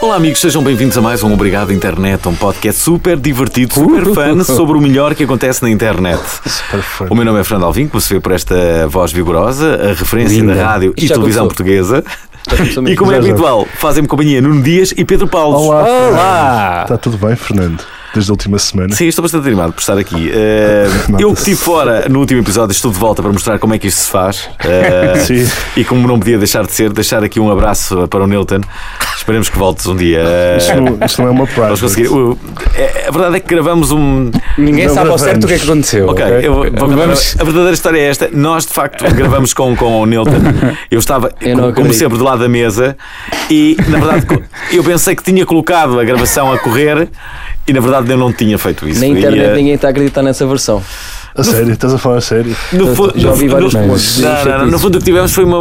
Olá amigos, sejam bem-vindos a mais um Obrigado Internet, um podcast super divertido, super Uh! fã sobre o melhor que acontece na internet. O meu nome é Fernando Alvim, como se vê por esta voz vigorosa, a referência Linda. da rádio e Isto já televisão começou. portuguesa. começou E como é Já, já. habitual, fazem-me companhia Nuno Dias e Pedro Paulo. Olá, Olá! Está tudo bem, Fernando? Desde a última semana? Sim, estou bastante animado por estar aqui. Eh, eu que estive fora no último episódio, estou de volta para mostrar como é que isto se faz. Eh, Sim. E como não podia deixar de ser, deixar aqui um abraço para o Nilton. Esperemos que voltes um dia. Eh, Isto, não, isto não é uma Nós prática. conseguimos. o- é- A verdade é que gravamos um. Ninguém Não sabe ao gravamos. certo o que é que aconteceu. Ok, eu vou contar- Vamos- a verdadeira história é esta. Nós, de facto, gravamos com, com o Nilton. Eu estava, Eu como- não como acredito. sempre, do lado da mesa e, na verdade, co- eu pensei que tinha colocado a gravação a correr e, na verdade, eu não tinha feito isso. Na E, internet eh, ninguém está a acreditar nessa versão. A sério, estás a falar a sério? No fundo, já no ouvi fu- vários no- pontos. Não, não, não, no Isso. fundo o que tivemos foi uma.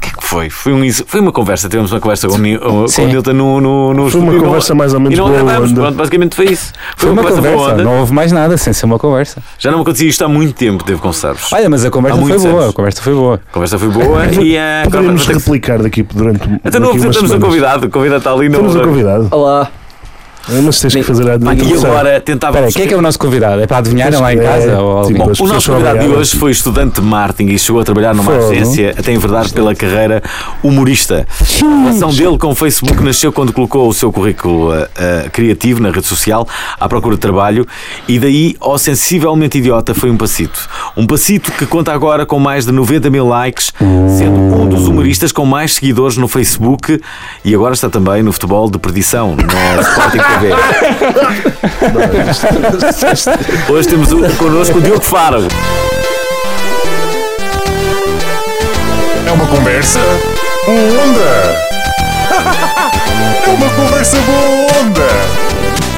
O que é que foi? Foi, um, is- foi uma conversa. Tivemos uma conversa com, o Ni- com Sim. o Nilton no, no, no Foi uma e não- conversa mais ou menos E não boa acabámos. onda. Pronto, basicamente foi isso. Foi, Foi uma conversa, boa onda. não houve mais nada sem ser uma conversa. Já não me acontecia isto há muito tempo, devo confessar-vos. A Olha, mas a conversa Há foi muitos boa, anos. a conversa foi boa. conversa foi boa e eh, a. Poderíamos replicar daqui durante um- Até Então não daqui umas apresentamos o semanas. convidado. O convidado está ali no. Temos um convidado. Olá, Oh, Mas tens que Bem, fazer a E introdução. agora tentava. Espera, quem é que é o nosso convidado? É para adivinhar lá em É, casa? ou alguém? tipo, Bom, As o pessoas nosso são convidado de obrigadas. hoje foi estudante de marketing e chegou a trabalhar numa Fogo. agência, até em verdade pela carreira humorista. A relação dele com o Facebook nasceu quando colocou o seu currículo ah, ah, criativo na rede social à procura de trabalho e daí ao sensivelmente idiota foi um passito. Um passito que conta agora com mais de 90 mil likes, sendo um dos humoristas com mais seguidores no Facebook e agora está também no futebol de perdição, na Sporting TV. Hoje temos o- connosco o Diogo Faro. É uma conversa boa onda. É uma conversa boa onda.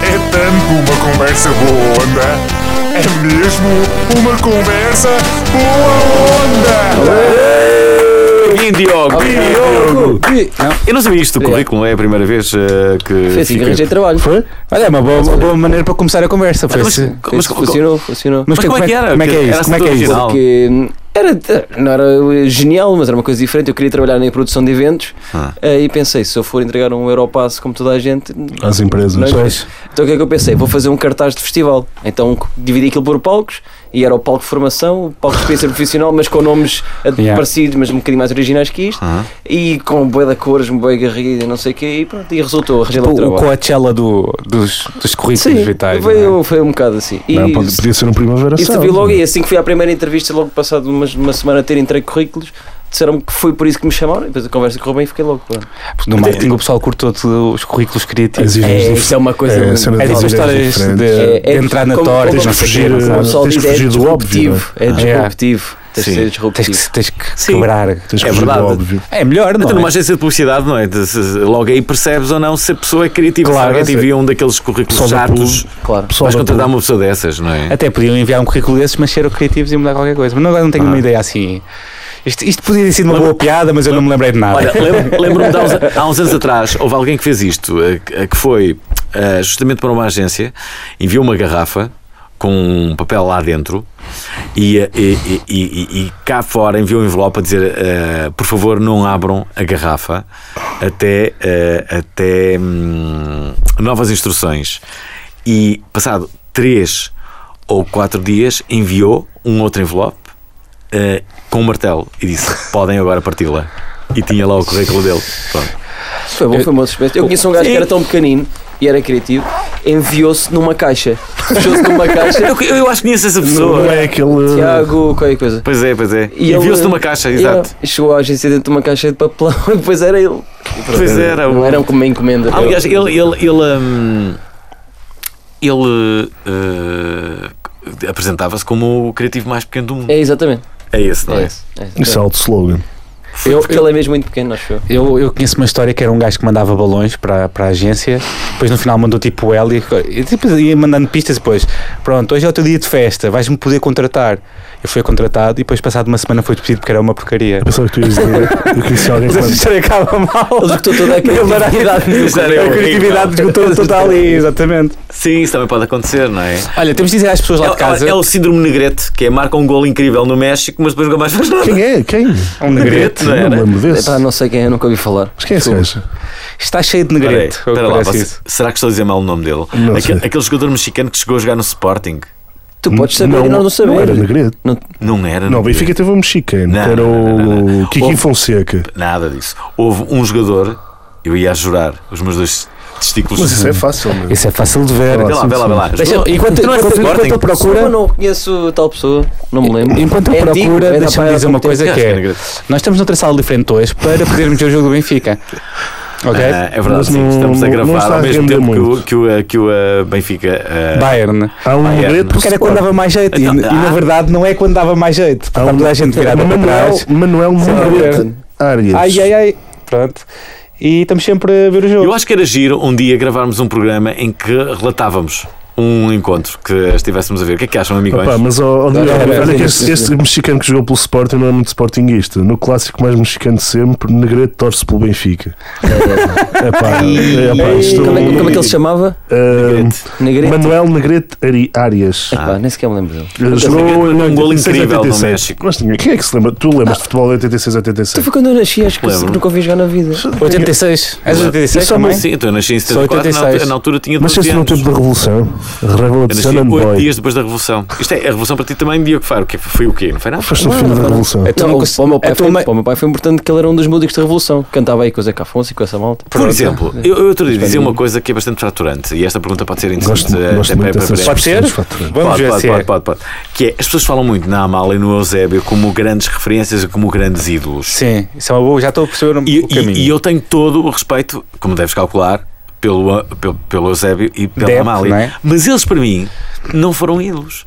É tanto uma conversa boa onda. É mesmo uma conversa boa onda. Bem-vindo, Diogo. Diogo! Ih, não, Eu não sabia isto do currículo, é a primeira vez eh, que. Foi assim que fica- arranjei trabalho. Foi? Olha, é uma boa, uma boa maneira para começar a conversa. Foi Mas, esse- Foi mas isso, funcionou, funcionou. Mas mas como é que era? Como é que é Era isso? Como é que é assim isso? tão Porque hum, era, não era genial, mas era uma coisa diferente. Eu queria trabalhar na produção de eventos Ah. eh, e pensei, se eu for entregar um Europass como toda a gente, Às empresas. Não é? Pois. Então o que é que eu pensei? Vou fazer um cartaz de festival. Então dividi aquilo por palcos e era o palco de formação, o palco de experiência profissional, mas com nomes Yeah. parecidos, mas um bocadinho mais originais que isto. Aham. E com boia da cores, boia garrida, não sei o quê. E pronto, e resultou, arranjei lá o Tipo, O, o trabalho. Coachella do, dos, dos currículos Sim, vitais. foi, não é? foi um bocado assim. E Não, pode- podia ser um primavera isso Sound. vi logo, e assim que fui à primeira entrevista, logo passado umas, uma semana a ter entregue currículos, disseram-me que foi por isso que me chamaram. E depois a conversa correu bem e fiquei logo. pá. Porque No marketing o pessoal curtou todos os currículos criativos. As ideias É, dif- isso é uma coisa- a cena É das tipo ideias histórias de, diferentes. de É- é- entrar na como- torta, como- não fugir. fugir, O não é? pessoal tens que diz é fugir do óbvio, disruptivo. É disruptivo. Tens de Sim. ser Tens disruptivo. que, tens que Sim. quebrar. Tens que É fugir do verdade. óbvio. É melhor, não Até Então, numa é? agência de publicidade, não é? De- se- Logo aí percebes ou não se a pessoa é criativa. se Claro, alguém te sim. envia um daqueles currículos Só da chatos, Claro. Pessoal vais da contratar uma pessoa dessas, não é? Até podiam enviar um currículo desses, mas ser criativos e mudar qualquer coisa. Mas não- agora não tenho uma ideia assim. Isto, isto podia ter sido uma boa piada, mas eu não me lembrei de nada. Olha, lembro- lembro-me de há uns, há uns anos atrás, houve alguém que fez isto, eh, que- eh, que foi eh, justamente para uma agência, enviou uma garrafa com um papel lá dentro e, eh, e- e- e- e cá fora enviou um envelope a dizer eh, por favor não abram a garrafa até, eh, até hum, novas instruções. E passado três ou quatro dias enviou um outro envelope eh, com um martelo e disse: podem agora parti-la. E tinha lá o currículo dele. Pronto. Foi bom, foi uma suspense. Eu conheço um gajo que era tão pequenino e era criativo, enviou-se numa caixa. Fechou-se numa caixa. Eu, eu acho que conheço essa Não pessoa. é aquele. Tiago, qualquer coisa. Pois é, pois é. E E viu-se ele- numa caixa, E exato. ele Chegou à agência dentro de uma caixa de papelão e depois era ele. Pois era. um- Não era uma encomenda. Aliás, ele. Ele. ele, hum, ele, eh, apresentava-se como o criativo mais pequeno do mundo. É exatamente. É esse, não É é? esse. É esse. um Isso é alto slogan. Eu, porque ele é mesmo muito pequeno, acho eu. Eu, eu conheço uma história que era um gajo que mandava balões para, para a agência, depois no final mandou tipo L e, e tipo, ia mandando pistas e depois. Pronto, hoje é o teu dia de festa, vais-me poder contratar. Eu fui contratado e depois passado uma semana foi despedido porque era uma porcaria. Eu pensava que tu ias dizer. Eu conheço alguém Mas que essa manda- história acaba mal. Ele esgotou toda a criatividade do Isso era A horrível. criatividade esgotou total ali, exatamente. Sim, isso também pode acontecer, não é? Olha, temos de dizer às pessoas lá de É, casa. é, é o síndrome Negrete, que é marca um gol incrível no México, mas depois nunca mais faz nada. Quem é? Quem? um negrete. não Eu não era? me lembro desse. Epá, não sei quem é, nunca ouvi falar. Mas quem é esse gajo? Está cheio de Peraí, negrete. pera lá, parece você- isso. será que estou a dizer mal o nome dele? Não Aque- sei. aquele jogador mexicano que chegou a jogar no Sporting. Tu podes saber e é nós não sabemos. Não era Negrete. Não era? Não, o não era. Benfica teve um mexicano, que Não, era não, não, não, o não. Kiki Houve- Fonseca. Nada disso. Houve um jogador, eu ia a jurar, os meus dois testículos. Mas isso é fácil, meu. Isso é fácil de ver. Olha Vê lá, vê lá, vê lá. Deixa- Jogou- enquanto- Não é enquanto- Sporting. enquanto eu procuro- Sim, Eu não conheço tal pessoa, não me lembro. Enquanto eu É procura, antigo, é da deixa-me praia dizer uma há pouco coisa tempo. que é- Acho Negrete. Nós estamos noutra sala diferente hoje para podermos ver o jogo do Benfica. Ok? Ah, é verdade, Mas sim, não- estamos a não gravar está ao a mesmo render tempo que o, muito. que o, que o ah, Benfica. ah, Bayern. Há um Ah, é, Negrete por Porque era quando Sporting. dava mais jeito. E, Então, e na ah. verdade não é quando dava mais jeito. Porque Há Está um- toda a gente virada para Manuel, trás. Manuel Negrete Arias. Ai, ai, ai. Pronto. E estamos sempre a ver o Eu jogo. acho que era giro um dia gravarmos um programa em que relatávamos um encontro que estivéssemos a ver. O que é que acham, amigões? Opa, mas ó, ó, Diogo, era- olha que era- este, este mexicano que jogou pelo Sporting não é muito sportinguista. No clássico mais mexicano de sempre, Negrete torce pelo Benfica. Epá, epá, isto- Como é, como é que ele se chamava? Ah, Negrete. Negrete? Manuel Negrete Ari- Arias. Epá, nem sequer me lembro dele. Jogou em um gol 86, incrível no 87. México. Mas tinha- quem é que se lembra? Tu lembras de futebol de 86 Tu 87? foi quando eu nasci, acho que Lembro. nunca ouvi jogar na vida. 86. És 86 Isso é também? Sim, então eu nasci em Sou 74, na, altura- 86. na altura tinha 12 Mas este no anos. tempo da Revolução. A Eu Revolução assim, nasci and 8 Boy. dias depois da Revolução. Isto é, a Revolução para ti também, Diogo Faro, que foi o quê? Não foi nada? Foste no filho da Revolução. É tu Não, nunca- para, o meu pai é tu foi, uma- para o meu pai foi importante que ele era um dos músicos da Revolução. Cantava aí com o Zeca Afonso e com essa malta. Por exemplo, eu, eu outro dia dizia uma coisa que é bastante fraturante e esta pergunta pode ser interessante é, Gosto, eh, gosto até muito para- dessas para- Pode ser? expressões faturantes. Vamos pode, ver pode, se pode, é. pode, pode. Que é, as pessoas falam muito na Amália e no Eusébio como grandes referências e como grandes ídolos. Sim, isso é uma boa. Já estou a perceber um- E, o caminho. e- e eu tenho todo o respeito, como deves calcular, pelo, eh, pelo, pelo Eusébio e pela Deve, não Amália. é? Mas eles, para mim, não foram ídolos.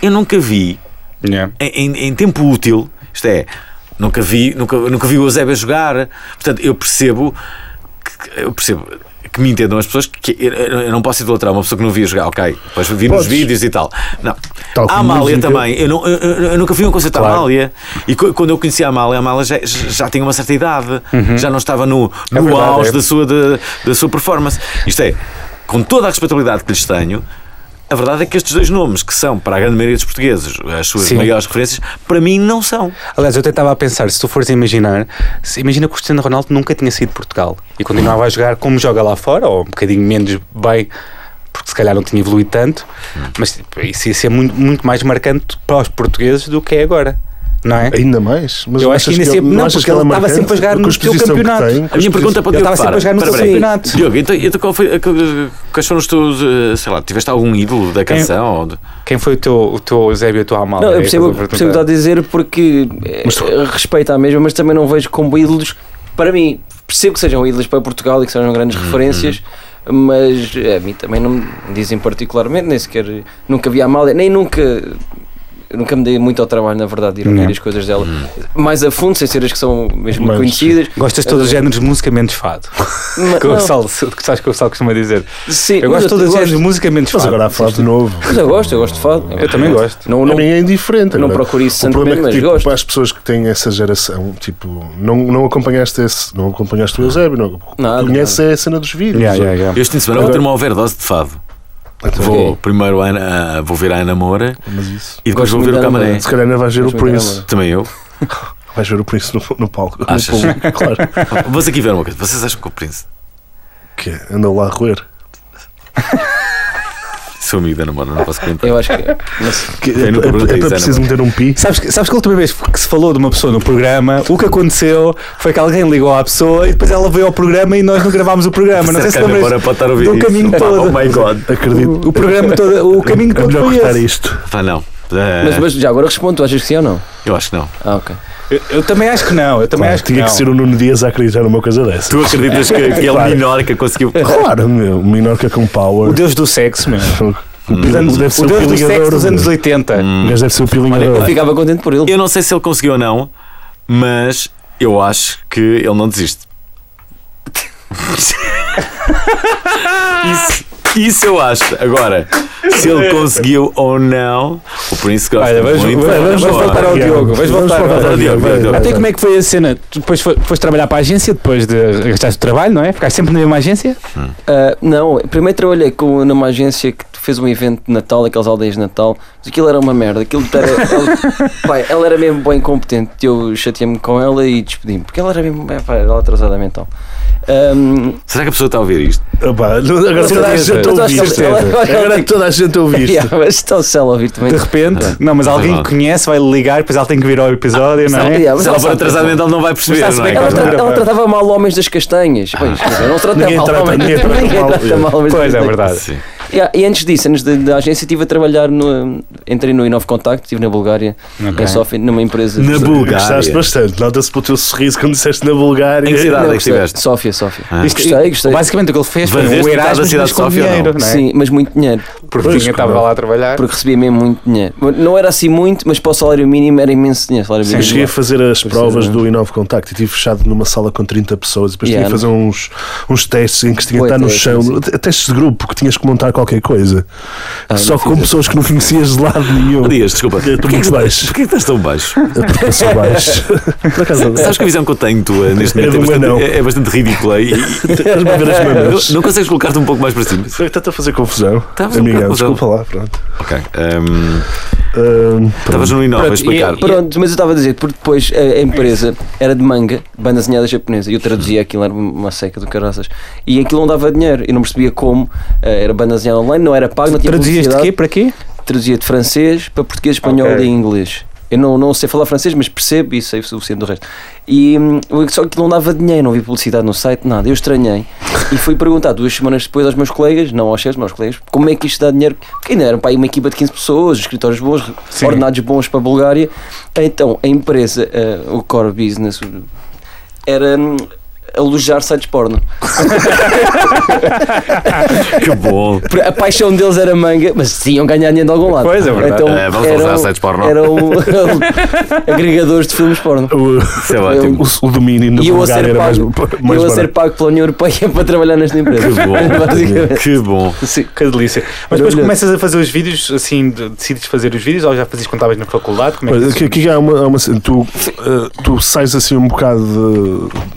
Eu nunca vi, Yeah. em, em- em tempo útil, isto é, nunca vi, nunca, nunca vi o Eusébio a jogar. Portanto, eu percebo que, que- eu percebo que me entendam as pessoas que eu, eu não posso idolatrar uma pessoa que não via jogar, ok? Depois vi nos Podes. vídeos e tal. Não. Tal a como Amália música. também. Eu, não- eu- eu- eu nunca vi um concerto da Claro. Amália. E co- quando eu conheci a Amália, a Amália já, já tinha uma certa idade, já não estava no, no verdade, auge é. da, sua, da, da sua performance. Isto é, com toda a responsabilidade que lhes tenho. A verdade é que estes dois nomes, que são, para a grande maioria dos portugueses, as suas Sim. maiores referências, para mim não são. Aliás, eu até estava a pensar, se tu fores imaginar, se- imagina que o Cristiano Ronaldo nunca tinha saído de Portugal e continuava a jogar como joga lá fora, ou um bocadinho menos bem, porque se calhar não tinha evoluído tanto, mas tipo, isso ia ser muito, muito mais marcante para os portugueses do que é agora, não é? Ainda mais? Mas Eu não acho que achas ainda sempre- ele- não, achas porque ele estava marcante? sempre a jogar Com no exposição teu que tem, campeonato. com A minha pergunta é para o Ele Diogo estava sempre Faro. a jogar no Espera seu aí. campeonato. Diogo, então, então qual foi, que- quais foram os teus, eh, sei lá, tiveste algum ídolo da canção? Ou de- Quem foi o teu, o teu Eusébio e a tua Amália? Não, eu É percebo, isso que eu percebo o que está a dizer porque eh, respeito à mesma, mas também não vejo como ídolos para mim. Percebo que sejam ídolos para Portugal e que sejam grandes referências, mas eh, a mim também não me dizem particularmente, nem sequer eh, nunca vi a Amália, nem nunca. eu Nunca me dei muito ao trabalho, na verdade, de ir ouvir Não. Uhum. as coisas dela mais a fundo, sem ser as que são mesmo Mas- conhecidas. Gostas de todos os géneros de música menos fado. Ma- Que o Eh, não, Gonçalo, que sabes que o Gonçalo costuma dizer. sim, Eu mas gosto de todos os gosto- géneros de música menos Mas fado. agora a falar de novo. Mas eu gosto, eu gosto de fado. Eu também gosto. Não, Para não, mim é indiferente. não agora. procuro isso O problema santemente, é que mas tipo, gosto. para as pessoas que têm essa geração, tipo, não, não acompanhaste esse, não acompanhaste o Eusébio, não Nada, conheces a cena dos vídeos. Ah. Yeah, yeah, yeah. Este fim de semana vou ter uma overdose de fado. Então, Vou primeiro a Ana- a- vou ver a Ana Moura Mas isso. e depois Gosto vou ver muito o da Ana Camaré. Moura. Se calhar ainda vais ver o Mas me Prince. engana. Também eu. Vais ver o Prince no, no palco. No Achas? público, claro. Mas aqui ver uma coisa. Vocês acham que o Prince, Que é, anda lá a roer. seu amigo da Ana Moura, não posso comentar. Eu acho que. não sei. Que é, Eu nunca é- perguntei é isso, para Ana preciso meter um pi. Sabes, que- sabes que a última vez que se falou de uma pessoa no programa, o que aconteceu foi que alguém ligou à pessoa e depois ela veio ao programa e nós não gravámos o programa. Não sei se a Ana lembras. Moura pode estar a ouvir do isso. caminho Pá, todo. Oh my god. Acredito. O programa todo, o caminho é todo melhor foi cortar esse. isto. Pá, não. Eh, Mas, mas já agora respondo, tu achas que sim ou não? Eu acho que não. Ah, ok. Eu, eu também acho que não, eu também Claro, acho que tinha não. que ser o Nuno Dias a acreditar numa coisa dessa. Tu acreditas que aquele Claro. Minorca conseguiu. Claro, meu. Minorca é com O power. Deus do sexo, meu. O Deus deve ser O Hum. o Deus do sexo pilingador. dos anos meu. 80. O gajo deve ser o pilingador. Eu ficava contente por ele. Eu não sei se ele conseguiu ou não, mas eu acho que ele não desiste. isso, isso eu acho. Agora, se ele conseguiu ou não, o Prince gosta Olha, vamos, muito. vamos, vamos Vamos voltar ao Tiago. Diogo. Vamos voltar ao ao Diogo, vai, Diogo. vai, Até vai. como é que foi a cena? Tu depois fo- foste trabalhar para a agência, depois de gastaste o trabalho, não é? Ficaste sempre na mesma agência? Ah, não, primeiro trabalhei com, numa agência que fez um evento de Natal, aquelas aldeias de Natal, mas aquilo era uma merda. Aquilo era, ela, pá, ela era mesmo bem incompetente. Eu chateei-me com ela e despedi-me, porque ela era mesmo é, pá, ela atrasada mental. Ahm, Será que a pessoa está a ouvir isto? Opa, não- Agora toda a gente Mas acho que ouviste. ela- ela- Agora toda a gente ouviste. yeah, mas está o céu a ouvir também. De repente, não, mas Não alguém sei que lá. conhece vai ligar, depois ela tem que vir ao episódio, não é? Yeah, mas Se Ah, ela ela for sabe- atrasada mental, não vai perceber, Mas está-se não bem é? que Ela, tra- Agora, ela agora. tratava mal homens das castanhas. Pois, quer dizer, não trata Ninguém mal trata- homens. ninguém trata mal, trata mal homens Pois das castanhas. é verdade. Sim. Yeah, e antes disso, antes de- da agência, estive a trabalhar no. Entrei no Inov Contacto, estive na Bulgária, em Sofia, numa empresa. Na Bulgária. Gostaste bastante. Nota-se pelo teu sorriso quando disseste na Bulgária. Em que cidade? Não, é que gostei. estiveste? Sofia, Sofia. Ah. Isto- Gostei, gostei. Basicamente o que ele fez foi Vazeste o metade Erasmus da mas cidade de com Sófia, dinheiro, não? não é? Sim, mas muito dinheiro. Porque Pois, tinha- estava claro. lá a trabalhar. Porque recebia mesmo muito dinheiro. Não era assim muito, mas para o salário mínimo era imenso dinheiro. Salário Eu mínimo. cheguei a fazer as Pois provas é. do Inove Contact e estive fechado numa sala com 30 pessoas e depois Yeah, tinha que fazer uns, uns testes em que se tinha que Boa estar no ideia, chão, sim, sim. te- testes de grupo que tinhas que montar qualquer coisa. Ah, Só não com fiz pessoas que não conhecias de lado nenhum. Oh, Dias, desculpa. Eu estou muito baixo. Porquê que estás tão baixo? Eu estou só baixo. Por acaso, Sabes que a visão que eu tenho tua neste É momento é do anão. bastante, é- é bastante ridícula e, e- estás-me a ver as não, mamas. não consegues colocar-te um pouco mais para cima? Estás a fazer confusão. Estava a fazer um Amiga, bocado de confusão. desculpa lá, pronto. Ok. hum, Ahm, Estavas no Inova a Pronto, explicar. e- Pronto, mas eu estava a dizer, porque depois a, a empresa era de manga, banda desenhada japonesa, e eu traduzia aquilo, era uma seca do caraças, e aquilo não dava dinheiro, eu não percebia como, eh, era banda desenhada online, não era pago, não tinha Traduzias de publicidade. quê para quê? Traduzia de francês para português, espanhol Ok. e inglês. Eu não, não sei falar francês, mas percebo e sei o suficiente do resto. E hum, só que não dava dinheiro, não havia publicidade no site, nada. Eu estranhei e fui perguntar duas semanas depois aos meus colegas, não aos chefes, mas aos colegas, como é que isto dá dinheiro? Porque ainda era pá, aí uma equipa de 15 pessoas, escritórios bons, Sim. ordenados bons para a Bulgária. Então a empresa, eh, o core business, o- era hum, alojar sites porno. Que bom. Porque A paixão deles era manga, mas tinham ganhar dinheiro de algum lado. Pois, é verdade. Então, É, vamos usar eram- sites pornô. Eram agregadores de filmes porno. o, Isso é ótimo. o, o domínio na E eu a Bulgária ser era mais, pago, mais eu a ser barato. pago pela União Europeia para trabalhar nesta empresa. Que bom. Basicamente. que bom. Sim. Que delícia. Mas depois começas a fazer os vídeos, assim, de- decides fazer os vídeos ou já fazias quando estavas na faculdade? Como é que Olha, isso- Aqui, aqui há uma, há uma cena. tu, eh, tu sais assim um bocado de-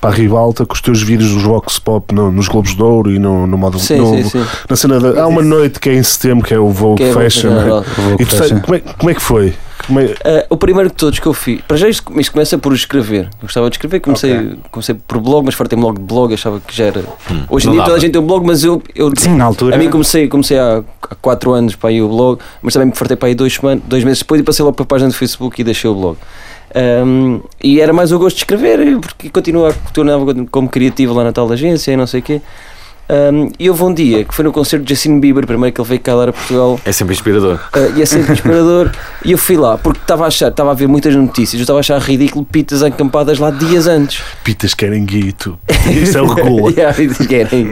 para a ribalta com os teus vídeos dos Vox Pop no- nos Globos de Ouro e no, no modo. Sim, no- sim, sim. Na cena da, há uma noite que é em setembro que é o Vogue Que é bom, Fashion. não é não é? verdade. E tu sais, como, é, como é que foi? Como é- Ah, o primeiro de todos que eu fiz, para já isto, isto começa por escrever. Eu gostava de escrever, comecei, comecei por blog, mas fartei-me logo de blog, achava que já era. Hoje em não dia toda dava. a gente tem um blog, mas eu, eu Sim, na altura. A mim comecei, comecei há 4 anos para aí o blog, mas também me fartei para aí dois, semanas, dois meses depois e passei logo para a página do Facebook e deixei o blog. Ahm, e era mais o gosto de escrever, porque continuava, continuava como criativo lá na tal agência e não sei o quê. Ahm, e houve um dia que foi no concerto de Justin Bieber, primeiro que ele veio cá dar a Portugal, É sempre inspirador. ah, e é sempre inspirador. e eu fui lá, porque estava a achar, estava a ver muitas notícias, eu estava a achar ridículo pitas acampadas lá dias antes. Pitas querem guito. Isto é o regula. Yeah, eles querem.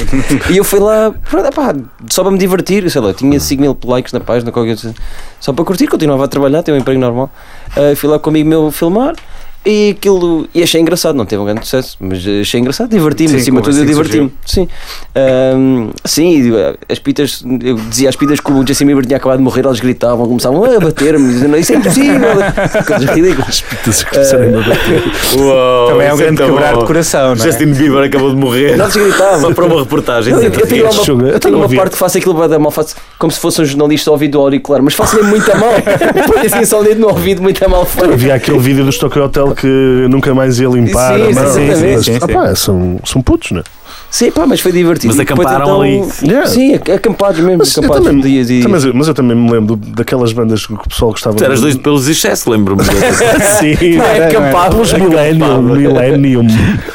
e eu fui lá pronto, epá, só para me divertir, sei lá, tinha 5 mil likes na página, qualquer coisa, só para curtir, continuava a trabalhar, tinha um emprego normal. Ah, fui lá comigo meu filmar e aquilo e achei engraçado, não teve um grande sucesso, mas achei engraçado, diverti-me, Sim, acima de como tudo eu assim diverti-me. Sim. Ahm, sim, e, ah, as pitas, eu dizia às pitas que o Justin Bieber tinha acabado de morrer, elas gritavam, começavam a bater-me, dizendo, isso é impossível, coisas ridículas. Pitas É. que começarem a bater. Uau, Também é um isso grande tão quebrar bom. de coração, não é? Justin Bieber acabou de morrer. Não se gritava. Só para uma reportagem. Eu, eu tenho lá Este jogo, uma, eu eu tenho não uma ouvi. parte que faço aquilo bada mal, faço como se fosse um jornalista ao ouvido do auricular, mas faço-lhe muito a mal. Põe assim só o dedo no ouvido, muito a mal feito. Havia aquele vídeo do Stoker Hotel que nunca mais ia limpar. Sim, a mão. sim, sim, Mas, sim, sim. ah pá, são, são putos, não é? Sim, pá, mas foi divertido. Mas E depois acamparam então- ali. Sim, ac- acampados mesmo, Mas eu, acampados também, por dias e. também- mas eu- mas eu também me lembro daquelas bandas que o pessoal gostava Tu eras dois pelos excesso, lembro-me. Sim, Não, é acampado, Os Millennium. Millennium.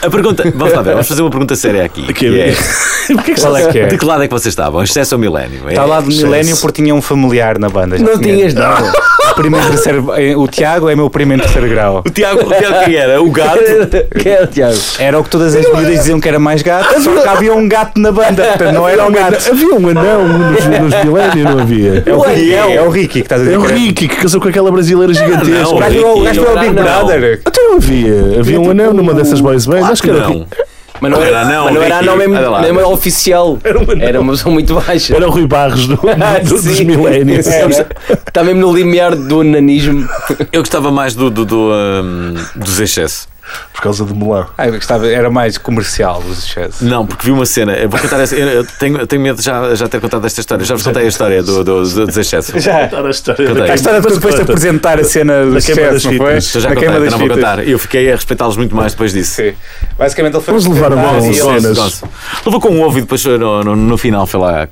A pergunta, vamos lá ver, vamos fazer uma pergunta séria aqui. Que- que é, Qual um é que é? De que lado é que vocês estavam? Excesso ou milénio? É- Está lá do Excesso. milénio porque tinha um familiar na banda. já Não tinha. tinhas nada. Primo em terceiro- eh, o Tiago é meu primo em terceiro grau. O Tiago, o Tiago quem era? O gato? Quero, Tiago. Era o que todas as miúdas diziam que era mais gato. Só que havia um gato na banda, portanto não era um gato. é Havia um anão nos, nos milénios, não havia? É o, Ricky, é o Ricky que estás a dizer. É o que era- Ricky que casou com aquela brasileira não, O gigantesca. gajo foi ao- o gajo foi ao Big Não. Brother. Até não havia. Havia um anão numa dessas boys bands. Acho que era o Ricky. não. Mas não era, Era anão, mas não, era Ricky. anão mesmo, Olha lá. mesmo era oficial. Era, um anão. uma pessoa muito baixa. Ah, Era o Rui Barros do- do- dos Sim. milénios. Está mesmo no limiar do onanismo. Eu gostava mais do, do, do, hum, dos excessos. Por causa de Mulan. Ah, eu gostava, era mais comercial os excessos. Não, porque vi uma cena. Eu vou contar essa. Eu eu tenho, eu tenho medo de já, já ter contado esta história. Já vos contei a história do, do, do, dos excessos. Já. Contar a história. Contei. A história de Mas depois de conta. apresentar a cena dos queima excessos, das não foi? Isto eu já É? Na contei, queima então das não vou fitas. contar. Eu fiquei a respeitá-los muito mais depois disso. Sim. Basicamente ele foi Vamos levar a mão apresentar ao e som. eles Gosto, cenas. gosto. Levou com um ovo e depois no, no, no final foi lá. eh,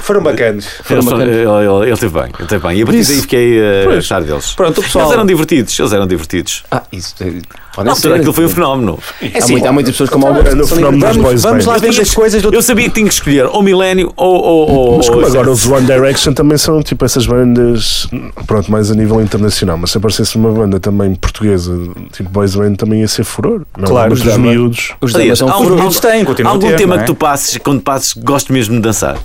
Foram bacanas. Ele, Foram bacanas. ele, ele teve bem, ele teve bem. E a partir Isso. daí fiquei eh, a achar deles. Pronto, o pessoal- Eles eram divertidos, eles eram divertidos. Ah, isso. é- Podem Na ser. altura aquilo foi um fenómeno. há, muito- há muitas pessoas como Alberto. Era no fenómeno das boys Vamos lá bands. ver as coisas do Eu sabia que tinha que escolher ou Milênio ou. ou, ou Mas como é. ou- agora os One Direction também são tipo essas bandas, pronto, mais a nível internacional, mas se aparecesse uma banda também portuguesa, tipo boys band, também ia ser furor. Não, Claro, mas dos claro. miúdos. Os é Aliás, damas são é há um- furos. Muitos têm, Há continuam a algum ter, tema não é? que tu passes, quando passes, gosto mesmo de dançar.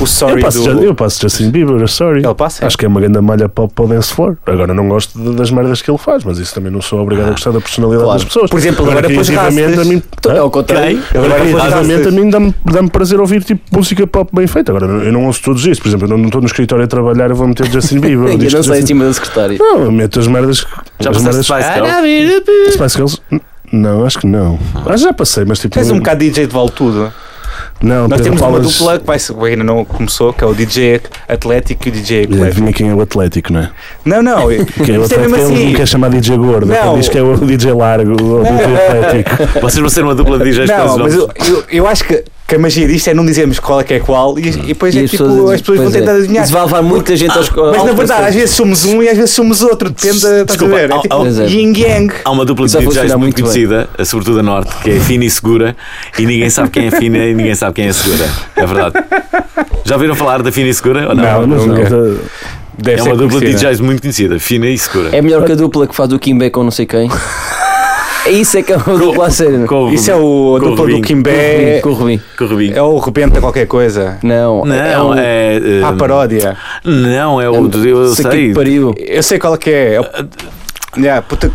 O Eu sorry passo, do. ju- eu passo Justin Bieber, sorry. Ele passa, é? Acho que é uma grande malha pop para o dance floor. Agora não gosto de- das merdas que ele faz, mas isso também não sou obrigado a gostar da personalidade Ah, Claro. das pessoas. Por exemplo, agora pôs criativamente, rastas. a mim, Então, É Hã? o contrário. Ok. Agora Agora, pôs criativamente rastas. a mim dá-me dá prazer ouvir tipo, música pop bem feita. Agora eu não ouço todos isto, por exemplo, eu não estou no escritório a trabalhar, eu vou meter Justin Bieber. o Eu disco não de sei Justin- acima da secretária. Não, eu meto as merdas. Já as passaste merdas- Ah, Spice Girls? Spice Girls? N- Não, acho que não. Ah, já passei, mas tipo. Tens um bocado de DJ de vale tudo. Não, Pedro Nós É, temos uma Palas- dupla que vai ser- ainda não começou, que é o DJ Atlético e o DJ É, Eclético. Vinha quem é o Atlético, não é? Não, não. Que é o Isto é Atlético mesmo é ele assim. não quer chamar DJ gordo, Não. ele diz que é o DJ largo, ou DJ Atlético. Vocês vão ser uma dupla de DJs com esses Não, nomes. mas eu, eu, eu acho que, que a magia disto é não dizermos qual é que é qual e, e depois E é, tipo, as pessoas vão pois é. tentar adivinhar. Isso vai levar muita gente aos Mas na verdade, às vezes somos um e às vezes somos outro, depende da. Estás a Desculpa, ver? É ao- tipo ao- yin-yang. Há uma dupla de Isso vai DJs funcionar muito, muito bem. conhecida, sobretudo a Norte, que é fina e segura, e ninguém sabe quem é fina e ninguém sabe quem é segura. É verdade. Já ouviram falar da fina e segura? Ou não? Não, mas não. nunca. tá- Deve É ser uma dupla de conhecida. DJs muito conhecida, fina e segura. É melhor que a dupla que faz o Kimbe com não sei quem. É isso é que é uma dupla a sério. Com o Isso é o a Com o dupla do Rubinho. Kimbé. Com o Rubinho. Com o Rubinho. É o rebenta qualquer coisa. Não, é Não, um- é. eh, Há paródia. Não, é o. do- Eu Isso aqui sei. que pariu. Eu sei qual é que é. é o- Yeah, puta,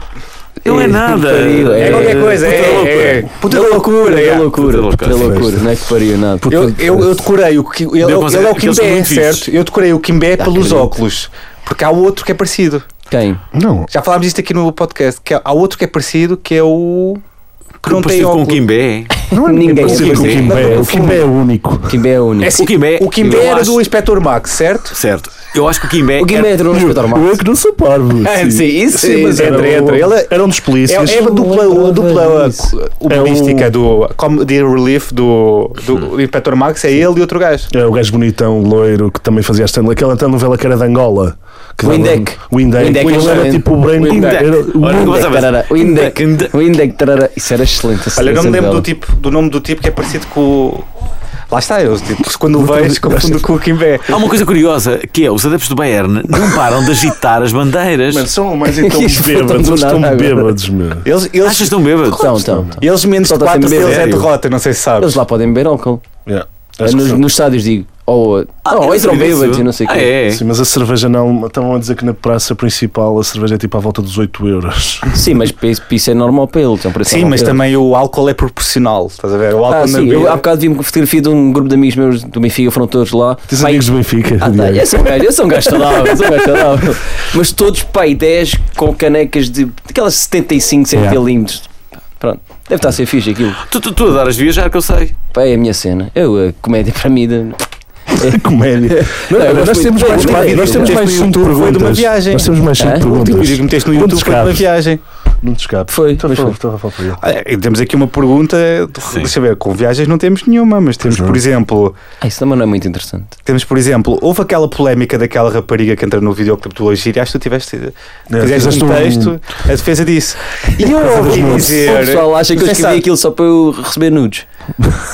Não é É, nada. que pariu, é É, qualquer coisa. puta loucura. É, é, Puta da loucura, da é. loucura, Puta puta da loucura. loucura, não é que pariu nada. Eu, eu, eu decorei o que ele, ele consigo- é o aqueles são Kimbé, muito fixos. certo? Eu decorei o Kimbé pelos acredito. óculos. Porque há outro que é parecido. Quem? Não. Já falámos disto aqui no podcast. Que há há outro que é parecido que é o. Que não tem Parecido com o óculos. Kimbé. Não é Ninguém parecido sabe com o quem é. Kimbé. O Kimbé é o único. Kimbe é único. É assim, O Kimbé- o Kimbé eu era acho- do Inspector Max, certo? Certo. Eu acho que o Kimbé. O Kimbe era- entrou no espetáculo Eu é Max. que não sou parvo. Ah, sim, isso é era entre- o- entre. Ele- Era um dos É, polícias. é a dupla, lembrava a dupla disso. humorística É o- do Comedy Relief do, do Inspector Max. É ele e outro gajo. É o gajo bonitão, loiro, que também fazia stand Aquela telenovela que era de Angola. Que Windeck. dava- Windeck. Windeck, Ele era exatamente. tipo o branco. Windeck. Era o Olha, mundo- como Windeck, sabe- tarara, Windeck, Windeck. Windeck, tarara. Isso era excelente. essa Olha, eu não me lembro novela. do, tipo, do nome do tipo que é parecido com o. Lá está, eu tipo, quando o vejo, confundo com o Kimbé. um- Há uma coisa curiosa que é os adeptos do Bayern não param de agitar as bandeiras. Mano, são mais então Isto foi tão bêbados. do Eles estão nada agora. bêbados, meu. Eles, eles, Achas tão bêbado? Então, então, então. eles menos de Só está 4 sempre deles é bêbado. derrota, não sei se sabes. Eles lá podem beber álcool. Yeah. É Acho que Nos, são. nos estádios digo. Ou, ou Ah, eu entram sabia disso. bêbados e não sei o é um Ah, quê. é. Sim, mas a cerveja não. Estavam a dizer que na praça principal a cerveja é tipo à volta dos 8 euros. Sim, mas para isso, para isso é normal para eles. é um preço Sim, normal mas para eles. também o álcool é proporcional. Estás a ver? O álcool Ah, na sim, eu bebida- há bocado vi uma fotografia de um grupo de amigos meus do Benfica, foram todos lá. Tens Pai, amigos do Benfica. Ah, tá, Diego. eu sou um gajo, eu sou um gajo saudável, eu sou um gajo saudável. Mas todos, pai, 10 com canecas de aquelas 75 centilímetros. Pronto, deve estar a ser fixe aquilo. Tu, tu, tu a dar as viajar que eu sei. Pai, é a minha cena. Eu, a comédia para mim. de- Comédia. Não, Não, eu nós, gosto temos muito. mais, Eu gosto muito. nós temos Este mais no cinco YouTube foi de uma perguntas. viagem. Nós temos mais 5 Ah? O último vídeo perguntas. que meteste no Não te YouTube foi de uma escapes. viagem. Não te escapes. Foi, Então, mas fala- foi. então, fala para ele. Ah, e Temos aqui uma pergunta. Deixa eu ver, com viagens não temos nenhuma, mas temos, por exemplo, Ah, isso também não é muito interessante. temos, por exemplo, houve aquela polémica daquela rapariga que entra no videoclipe do Agir. Acho que tu tiveste. Fizeste É, fizeste um um- É texto a defesa disso. E eu ouvi O dizer. é, pessoal acha que eu Mas escrevi sabe- aquilo só para eu receber nudes.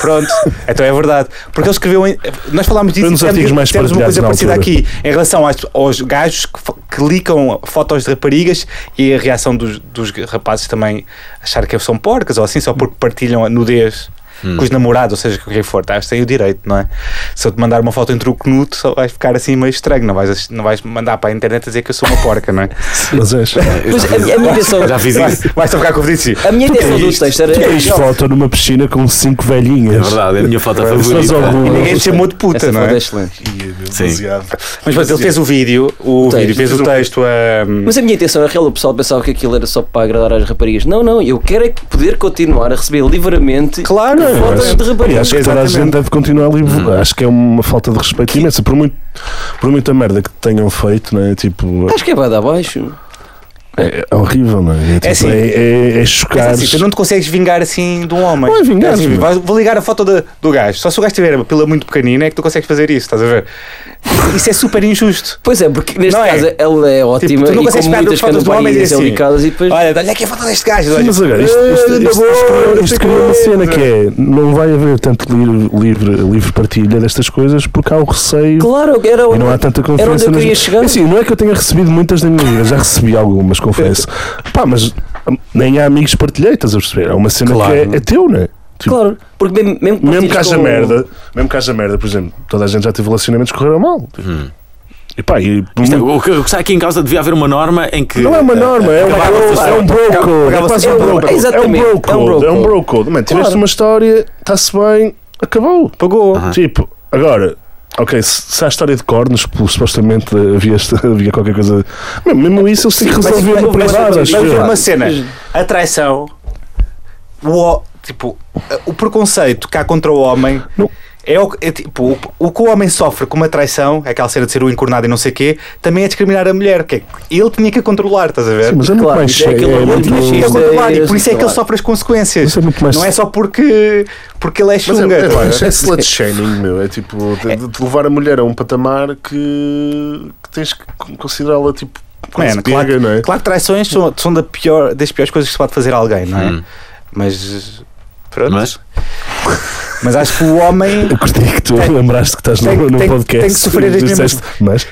Pronto, então é verdade. Porque ele escreveu. Em, nós falámos disso Foi um e dos artigos mais temos uma partilhados coisa na parecida altura. aqui em relação às- aos gajos que, fo- que licam fotos de raparigas e a reação dos, dos rapazes também achar que são porcas ou assim, só porque partilham a nudez. com os namorados, ou seja, com quem for, tá? tem o direito, não é? Se eu te mandar uma foto entre o Knut, só vais ficar assim meio estranho, não vais, não vais mandar para a internet a dizer que eu sou uma porca, não é? Mas és. Mas a, minha- a minha intenção. Já fiz isso. Vais- Vais só ficar com o vídeo. assim, A minha É intenção do texto era. Tens foto numa piscina com cinco É velhinhas. verdade, é a minha foto Mas ao favorita. Google, Ninguém te chamou de Essa puta, não foto é é? excelente. demasiado. Mas pronto, ele fez o vídeo, o, texto. vídeo, fez o texto. hum, Mas a minha intenção era real, o pessoal pensava que aquilo era só para agradar às raparigas. Não, não, eu quero é poder continuar a receber livremente Claro, fotos de Aliás, raparigas. que toda a Exatamente. gente deve continuar livre. Uhum. Acho que é uma falta de respeito imensa. Por, muito, por muita merda que tenham feito, não é? Tipo, Acho que é bada abaixo. é, é horrível, não é? É, tipo, assim. é, é, é Mas chocar. assim, tu não te consegues vingar assim de um homem. Não é vingar, Assim, meu. vais- vou ligar a foto da- do gajo. Só se o gajo tiver uma pila muito pequenina é que tu consegues fazer isso, estás a ver? Isso é super injusto. Pois é, porque neste Não é? caso ela é ótima tu não e consegues como pegar muitas fotos que andam do para homem e aí a dizer ser assim, bicadas e depois... Olha, olha aqui a foto deste gajo. olha. Mas agora, É, isto, isto, isto, isto, isto, isto cria uma cena que é: não vai haver tanto livre, livre, livre partilha destas coisas porque há o receio Claro, era E não há o... tanta confiança. eu nas- queria chegar. Assim, não é que eu tenha recebido muitas da minha vida, já recebi algumas, confesso. Pá, mas hum, nem há amigos partilhei, estás a perceber? É uma cena Claro. que é, é teu, não é? Tipo, Claro, porque mesmo, mesmo, que Mesmo partilhes que haja com- merda, mesmo que haja merda, por exemplo, toda a gente já teve relacionamentos que correram mal. E pá, e por Hum. Isto é- muito- O que o que está aqui em causa devia haver uma norma em que. eh, não é uma norma, é, uma, é um broco. É acaba quase sendo um um broco. broco. É um Exatamente, broco. é um broco. É um broco. Mano, tiveste Claro. uma história, está-se bem, acabou. Pagou. Ah. Tipo, agora, ok, se, se há história de cornos, pô, supostamente eh, havia, esta- havia qualquer coisa. Mesmo, mesmo isso, eles têm que resolver no Mas privado, vamos acho ver uma eu. cena. A traição. O, o- tipo, o preconceito que há contra o homem. Não. É, o, é tipo, o, o que o homem sofre com uma traição, aquela cena de ser o encornado e não sei o quê, também é discriminar a mulher, que é- ele tinha que a controlar, estás a ver? Sim, Mas é muito Claro, mais isto é cheio. aquele É amor muito- de machismo. Ele é Isto é- controlar e por isso é que ele claro. sofre as consequências. Isso é muito mais- Não é só porque, porque ele é Mas é, chunga. é, tá a ver? é, é slut shaming, meu. É tipo, de, de- de levar a mulher a um patamar que, que tens que con- considerá-la tipo. quase Mano, claro, pega, não é? claro que traições são, são da pior, das piores coisas que se pode fazer a alguém, não é? Hum. Mas. Pronto. Mas? Mas. acho que o homem Eu curti que tu Tem- lembraste que estás tem- no, no tem- podcast. tem que sofrer as disseste, Mas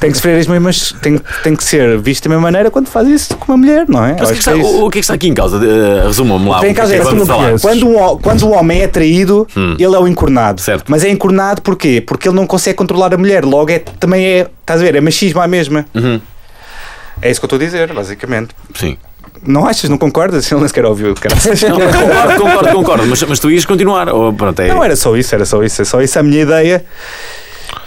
tem que sofrer as mesmas. Tem, tem que ser visto da mesma maneira quando faz isso com uma mulher, não é? mas o, que é que Acho está, que é isso. o, o que é que está aqui em causa? Eh, Resuma-me lá. Tem o que caso é é que esse, vamos não falar. conheces. Quando um, ho- quando o homem é traído, Hum. ele é o encornado. Certo. Mas é encornado porquê? Porque ele não consegue controlar a mulher. Logo, é, também é. Estás a ver? É machismo à mesma. Uhum. É isso que eu estou a dizer, basicamente. Sim. Não achas? Não concordas? Ele nem sequer ouviu. caraças. Não, é- concordo, concordo, concordo. Mas, mas tu ias continuar. Ou, pronto, é, Não era só isso, era só isso, é só isso a minha ideia.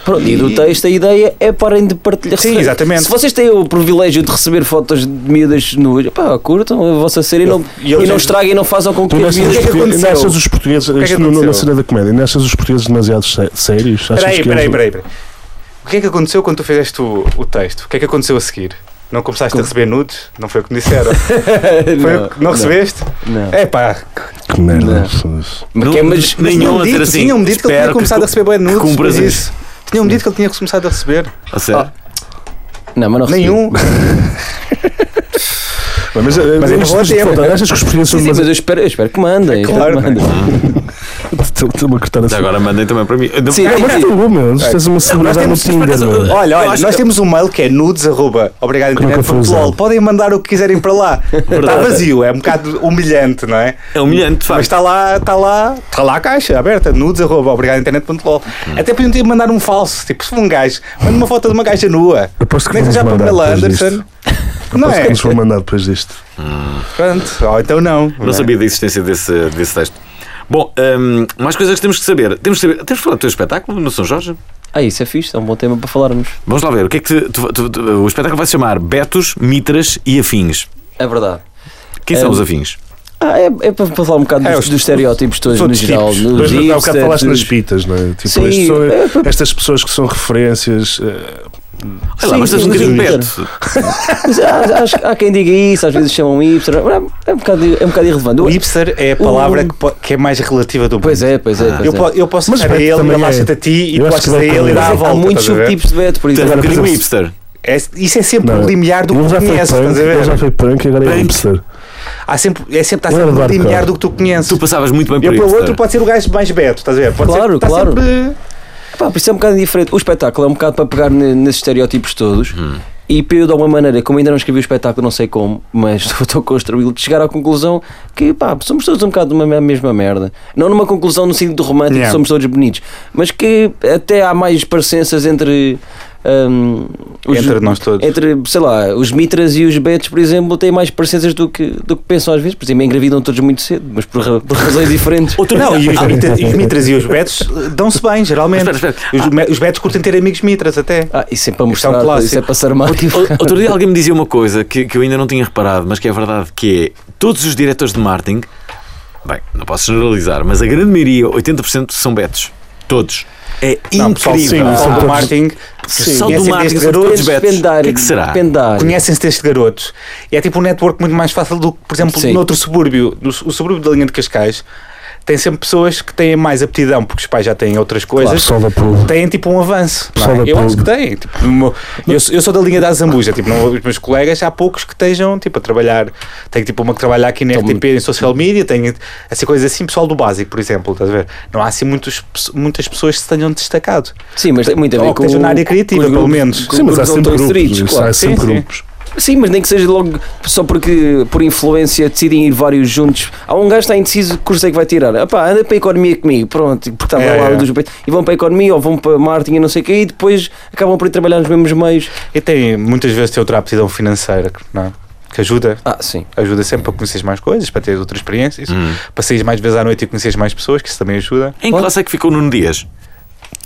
Pronto, e do texto a ideia é parem de partilhar. Sim, receber. exatamente. Se vocês têm o privilégio de receber fotos de miúdas nuas, pá, curtam a vossa série e não, e eu- e não estraguem e não façam com que tu as nestas miúdas... que é que aconteceu? nestas os portugueses, que é que isto no- na aconteceu? cena da comédia, nestas os portugueses demasiado sé- sérios. Achas Peraí, que peraí, eles- peraí, peraí. O que é que aconteceu quando tu fizeste o, o texto? O que é que aconteceu a seguir? Não começaste a receber nudes? Não foi o que me disseram. Foi o que- não, recebeste? Não. É pá, Que merda. Não. foda-se. Mas que é- mas- nenhum tinham-me a dito, dizer assim. tinham-me dito que ele espero tinha começado a receber bem nudes. cumpras por isso. Tinham-me dito que ele tinha começado a receber. A sério? Não, mas não recebi. Nenhum. Mas, eh, Mas é ainda isto- vou a isto- tempo. portanto, Achas que os portugueses são Sim, sim, mas demasiado. eu espero, eu espero que mandem. eu espero É Claro. que mandem. Estou-me a cortar a Já cena. agora mandem também para mim. Eu não- Sim, Mas sim. tu, meu, tu tens uma celebridade no nós temos- Tinder, mas- meu. Olha, é? Eu olha, acho nós que- temos um mail que é nudes. Arroba, obrigado, é Que nunca internet. foi ponto usado. lol. Podem mandar o que quiserem para lá. Está vazio, é um bocado humilhante, não é? É humilhante, de Mas facto. está lá, está lá, está lá a caixa aberta, nudes, arroba, obrigado, internet.lol. Hum. Até podiam ter mandar um falso, tipo, se for um gajo, manda uma foto de uma gaja nua. Aposto que Nem que vamos seja a mandar Pamela depois disto. Anderson. Não Aposto que é? nos vão mandar depois disto. Pronto, ou então não. Não sabia da existência desse, desse texto. Bom, hum, mais coisas que temos que saber. Temos que saber. Temos que falar do teu espetáculo no São Jorge. Ah, isso é fixe, é um bom tema para falarmos. Vamos lá ver. O que é que te- tu- tu- tu- o espetáculo vai se chamar Betos, Mitras e Afins. É verdade. Quem são É. os afins? Ah, é, é para falar um bocado É, dos, os- dos estereótipos todos no todos geral. tipos. nos Mas há hipsters, bocado falaste nas dos- pitas, não é? Tipo, Sim, estes são- é, estas pessoas que são referências. eh, Olha lá, Sim, mas estás um sim, bocadinho sim. perto. Mas há, acho que há quem diga isso, às vezes chamam hipster. É um bocado, é um bocado irrelevante. O hipster é a palavra O- que, po- que é mais relativa do mundo. Pois é, pois é. Pois Eu, é. po- eu posso Mas chegar a Beto ele, também ele é. acha-te a ti e Eu acho tu achas que a Beto ele e também dá é. a Há volta. há muitos estás a ver? subtipos de Beto, por Estás um exemplo. bocadinho exemplo, hipster. É, isso é sempre um limiar do que ele tu já foi conheces, estás a punk, ele já ver? foi punk e agora é Punk. hipster. Há sempre, é sempre, está Ele é sempre um hardcore. limiar do que tu conheces. Tu é. passavas muito bem E por para o hipster. outro pode ser o gajo mais beto, estás a ver? Pode Claro, ser, está claro. sempre- Hum. Pá, por isso é um bocado diferente. O espetáculo é um bocado para pegar ne- nesses estereótipos todos E para eu de alguma maneira, como ainda não escrevi o espetáculo, não sei como, mas estou a construí-lo, de chegar à conclusão que pá, somos todos um bocado de uma me- mesma merda. Não numa conclusão no sentido romântico, Yeah. que somos todos bonitos, mas que até há mais parecenças entre. hum, os- Entre nós todos. entre, sei lá, os mitras e os betos, por exemplo, têm mais parecenças do que, do que pensam às vezes. Por exemplo, engravidam todos muito cedo, mas por, ra- por razões diferentes. Outro Não, e os, Ah, mitras, e os mitras e os betos eh, dão-se bem, geralmente. Espera, espera. Os, me- os betos curtem ter amigos mitras até. Ah, isso é para Isto é um mostrar, clássico. isso é para ser mal. Ou- Outro dia alguém me dizia uma coisa que, que eu ainda não tinha reparado, mas que é verdade, que é todos os diretores de marketing, bem, não posso generalizar, mas a grande maioria, 80% são betos. Todos. É Não, pessoal, incrível. sim, Ah, pessoal do todos- marketing é Só do conhecem marketing destes são garotos, todos betos. Depende da O área. que é que será? Depende da área. conhecem-se destes garotos. E é tipo um network muito mais fácil do que, por exemplo, Sim. noutro subúrbio. No, su- o subúrbio da linha de Cascais tem sempre pessoas que têm mais aptidão porque os pais já têm outras Claro, coisas. pessoal da Prove. têm tipo um avanço. não é? Pessoal da Eu Prove. acho que têm. Tipo, no meu- eu, sou- eu sou da linha da Zambuja. Tipo, não- os meus colegas, há poucos que estejam tipo, a trabalhar. Tem tipo uma que trabalha aqui Então, na RTP em social media. Tem assim, coisas assim, pessoal do básico, por exemplo. Estás a ver? Não há assim muitos, pe- muitas pessoas que se tenham destacado. Sim, mas tem muito a ver Ou que com. estejam na área com os criativa, pelo grupos- menos. com os Sim, mas há grupos sempre autoinstruídos, grupos. claro. Há Sim, sempre sim. grupos. Sim, mas nem que seja logo só porque por influência decidem ir vários juntos. Há um gajo que está indeciso que curso é que vai tirar. Ah pá, anda para a economia comigo, pronto, porque estava É, lá é. dos peitos. E vão para a economia ou vão para marketing e não sei o quê, e depois acabam por ir trabalhar nos mesmos meios. E tem muitas vezes tem outra aptidão financeira que, não é? que ajuda. Ah, sim. Ajuda sempre para conheceres mais coisas, para teres outras experiências, Uhum. para sair mais vezes à noite e conheceres mais pessoas, que isso também ajuda. Em que classe é que ficou o Nuno Dias?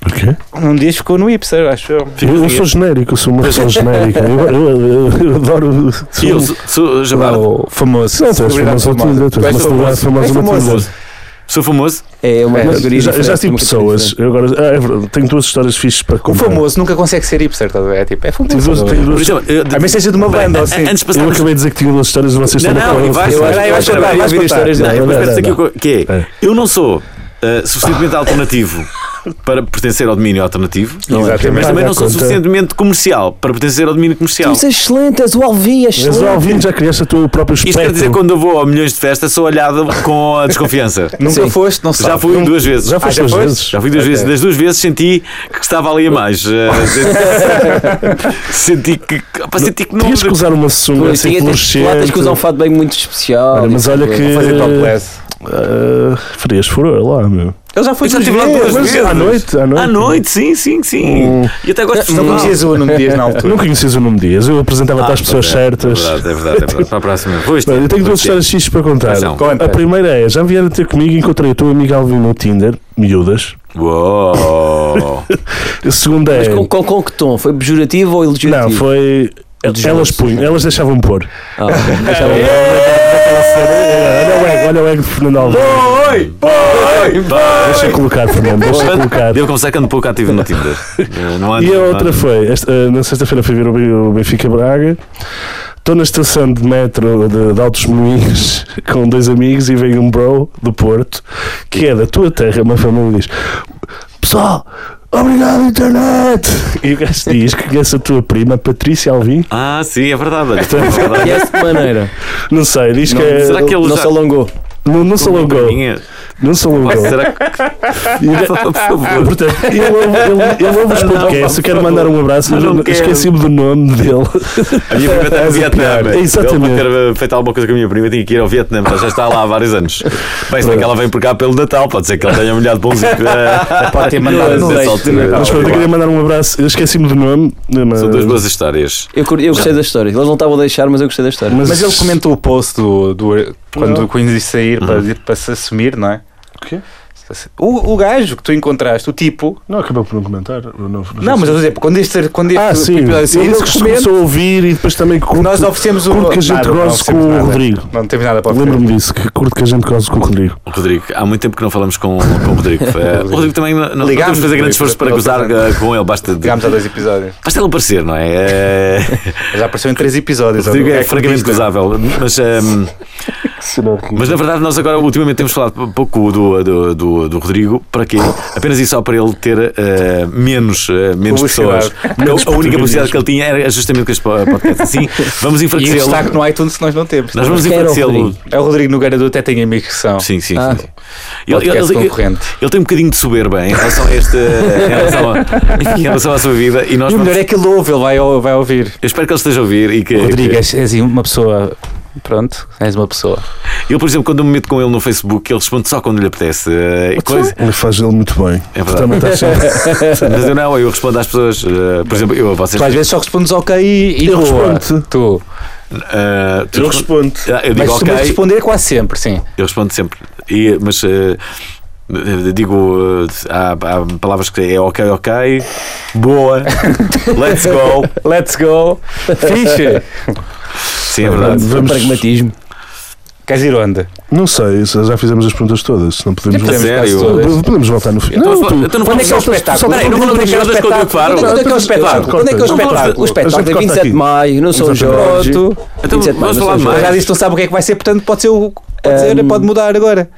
O quê? Um dia ficou no Ipser, acho eu. Eu, eu sou genérico, eu sou uma pessoa genérica. Eu, eu- eu- eu adoro. E eu, sou, sou, sou, Lá, Jabardo, o famoso. Não, tu és famoso celebridade outro dia, tu és uma celebridade famosa És no outro famoso. dia. sou famoso? É uma É, categoria Já, diferente, já tive uma categoria pessoas. diferente. Eu agora, ah, é verdade, tenho duas histórias fixas para O contar. famoso nunca consegue ser Ipser, estás a ver? É tipo, é Tenho duas, famoso. tenho Por duas, exemplo, eu- A mim seja de uma banda, ou assim. Antes de eu passarmos acabei de dizer que tinha duas histórias e vocês Não, estão a não, e falar. vais, Eu vais, acho- vais, eu acho que vais, vai, vais vai ver as contar. histórias Não, dele. não, Mas parece não, aqui o que- que é. Eu não sou uh, suficientemente alternativo para pertencer ao domínio alternativo, mas Exatamente. também Dá não sou conta. suficientemente comercial para pertencer ao domínio comercial. Tu és excelente, és o Alvin, és Mas ao excelente. ouvir já criaste o teu próprio Isto quer dizer que espectro. quando eu vou a milhões de festas sou olhado com a desconfiança. Nunca Sim. foste, não sei. Já fui duas vezes. Ah, Já Já foste já duas foste? vezes. fui duas vezes. Das duas vezes senti que estava ali a mais. eh, Uh, senti que. Pá, senti que não. Tinhas que usar uma sunga Pois, assim tinha- tens- Lá tens que usar um fluorescente. fato bem muito especial. Olha, mas isso olha tudo. que- Fazer topless. Ah, Farias furor lá, meu. Eu já Eu fui já duas estive lá vezes. duas Mas vezes. À noite, à noite. À noite, sim, sim, sim. Hum. E até gosto de Não festival. conhecias o Nuno Dias na Não altura. conhecias o nome de Dias, eu apresentava-te às pessoas certas. Ah, É verdade, é verdade, é verdade. Para a próxima. Vou este Bem, eu tenho vou duas este histórias xixes para contar. Então, conta. A primeira é: já vieram ter comigo e encontrei o teu amigo Alvin no Tinder, miúdas. Uou! A segunda Mas é. com, com, com que tom? Foi pejorativo ou Não, elogiativo? foi. Elas punham, elas deixavam pôr. Ah, ok. Deixa lá. Olha o ego, olha o ego de Fernando Alvin. Oi! Deixa Oi! colocar, Fernando, deixa colocar. Devo começar que ando pouco ativo no Tinder. Ah, Não ando, E a não outra ando. foi, esta, eh, na sexta-feira fui ver o Be- o Benfica Braga, estou na estação de metro de, de Altos Moinhos com dois amigos e vem um bro do Porto, que é da tua terra, uma família, e diz: Pessoal, obrigado, internet! E o gajo diz que conhece a tua prima, Patrícia Alvim, Ah, sim, é verdade. olha, é verdade. E é de maneira. não sei, diz Não, que é. será que ele não já- se alongou. Não, não se alongou, Minha. não se alongou. Será que. um E o gajo- Por favor. Portanto, ele ouve- ele ele ouve os Não, podcasts, por eu quero favor. mandar um abraço, mas Não eu quero. esqueci-me do nome dele. A minha prima É, está no Vietnã. Exatamente. Ele para ter feito eh, alguma coisa com a minha prima tinha que ir ao Vietnã, mas já está lá há vários anos. Bem, se bem que ela vem por cá pelo Natal, pode ser que ele tenha molhado bonzinho. É, Pode ter mandado no né? Nessa leite. altura, Mas pronto, eu queria não. mandar um abraço. Eu esqueci-me do nome. Mas... São duas boas histórias. Eu, cur- eu gostei da história. Eles não estavam a deixar, mas eu gostei da história. Mas ele comentou o post do, do- quando o Queens disse sair para, para se assumir, não Uhum. é? O quê? O, o gajo que tu encontraste, o tipo. Não, acabou por não comentar. Não, não- Não, mas eu estou a dizer, quando este, quando este Ah, sim. episódio sair, Ele esse que documento, começou a ouvir e depois também curto, nós oferecemos o. curto que a gente Nada, não goze com oferecemos o nada. Rodrigo. Não temos nada para oferecer. Lembro-me disso, que curto que a gente goze com o Rodrigo. Rodrigo, há muito tempo que não falamos com, com o Rodrigo. Eh, o Rodrigo também não, não temos Ligámos, de fazer grande Rodrigo, esforço para pela- gozar pela- eh, com ele, basta, de- Chegámos a dois episódios. basta ele aparecer, não é? Eh, Já apareceu em três O episódios. Rodrigo o é que que francamente diz, não é? gozável, mas ehm, Mas na verdade nós agora ultimamente temos falado pouco do, do, do, do Rodrigo, para quê? Apenas e só para ele ter eh, menos, eh, menos Publicidade. pessoas. Porque a única publicidade que ele tinha era justamente com este po- podcast. Assim, vamos E o enfraquecê-lo. destaque no iTunes nós não temos. Nós vamos Quem era o enfraquecê-lo. Rodrigo? É o Rodrigo Nogueira do Até Tem Amigos que são. Sim, sim, Ah. sim. Ele, Podcast ele- ele- concorrente. ele tem um bocadinho de soberba em relação a este. eh, em relação, a, em relação à sua vida. E nós E o vamos- melhor é que ele ouve, ele vai, ou- vai ouvir. Eu espero que ele esteja a ouvir e que. Rodrigo, é- és, és uma pessoa. Pronto, és uma pessoa. que- eu, por exemplo, quando eu me meto com ele no Facebook, ele responde só quando lhe apetece. eh, coisa. Ele faz ele muito bem. É verdade. Também está certo. Mas eu não, eu respondo às pessoas. eh, por exemplo, eu a vocês. Tu às vezes só respondes ok e. e Eu boa. respondo-te. Tu. eh, tu Eu respondes- respondo. Ah, Eu Mas digo ok, costumas responder quase sempre, sim. eu respondo sempre. E, mas eh, eh, digo, eh, há, há palavras que é ok, ok, boa, let's go. Let's go. Fixe. Sim, é verdade. Vamos- um pragmatismo. Queres ir onde? Não sei, isso- já fizemos as perguntas todas. se Não podemos A voltar. sério? todas. Podemos voltar no fim. Não, tu- Então não Quando é vamos que é o só- espetáculo? só- Peraí, não vamos Não, dizer não, nada não, com o não, Quando é que é o espetáculo? Quando é que é o Corta, espetáculo? O corta. espetáculo A é gente 27 corta de aqui. de maio, não sou um Exatamente. Jorge. Pronto. Então 27 vamos de maio, não um falar sei. mais. Já disse que não sabe o que é que vai ser, portanto pode ser o. Pode, ser, Ahm. pode mudar agora.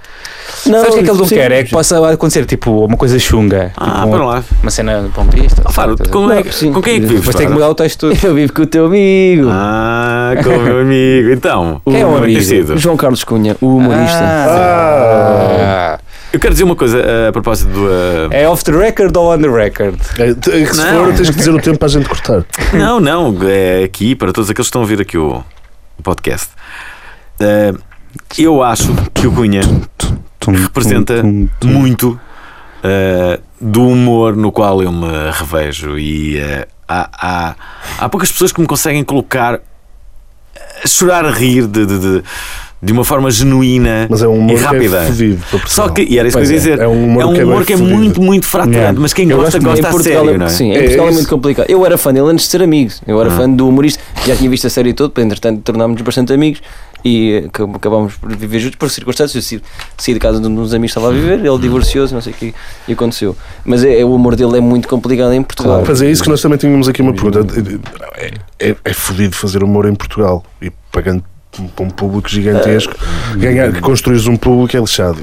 Não, Sabes o que é que ele não sim. quer? É que possa acontecer tipo uma coisa chunga. Ah, tipo, para um- lá. uma cena pompista. Alfaro, com, é, Não, sim. com quem é que vives? tá Mas tem que Faro? mudar o texto todo. Eu vivo com o teu amigo. Ah, com o meu amigo. Então, Quem é o como tem amigo? sido? João Carlos Cunha, o humorista. Ah. Eu quero dizer uma coisa eh, a propósito do. eh, É off the record ou on the record? É, te- é que se Não. for, tens que dizer o tempo para a gente cortar. Não, não, é aqui para todos aqueles que estão a ouvir aqui o, o podcast. Eh, eu acho que o Cunha representa muito eh, do humor no qual eu me revejo e eh, há, há, há poucas pessoas que me conseguem colocar a chorar a rir de, de, de, de uma forma genuína Mas é um e humor que rápida. é fedido para Portugal. Só que, e era isso que eu Pois ia é, dizer, é um humor que é bem fodido. muito, muito fraturante, Yeah. mas quem Eu gosta, gosto muito. gosta em a Portugal, sério, é, não é? Sim, em É Portugal é, isso. muito complicado. Eu era fã dele antes de ser amigo. Eu era Ah. fã do humorista. Já tinha visto a série toda, depois, entretanto, tornámos-nos bastante amigos e eh, acab- acabámos por viver juntos por circunstâncias. Eu saí, saí de casa de um dos amigos que estava a viver, Hum. ele divorciou-se, não sei o que, e aconteceu. Mas é, é- o humor dele é muito complicado em Portugal. Pois é, isso que nós também tínhamos aqui uma pergunta. Uhum. É, é, é fodido fazer humor em Portugal e pagando para um público gigantesco. Ah. Ganhar, que construís um público é lixado.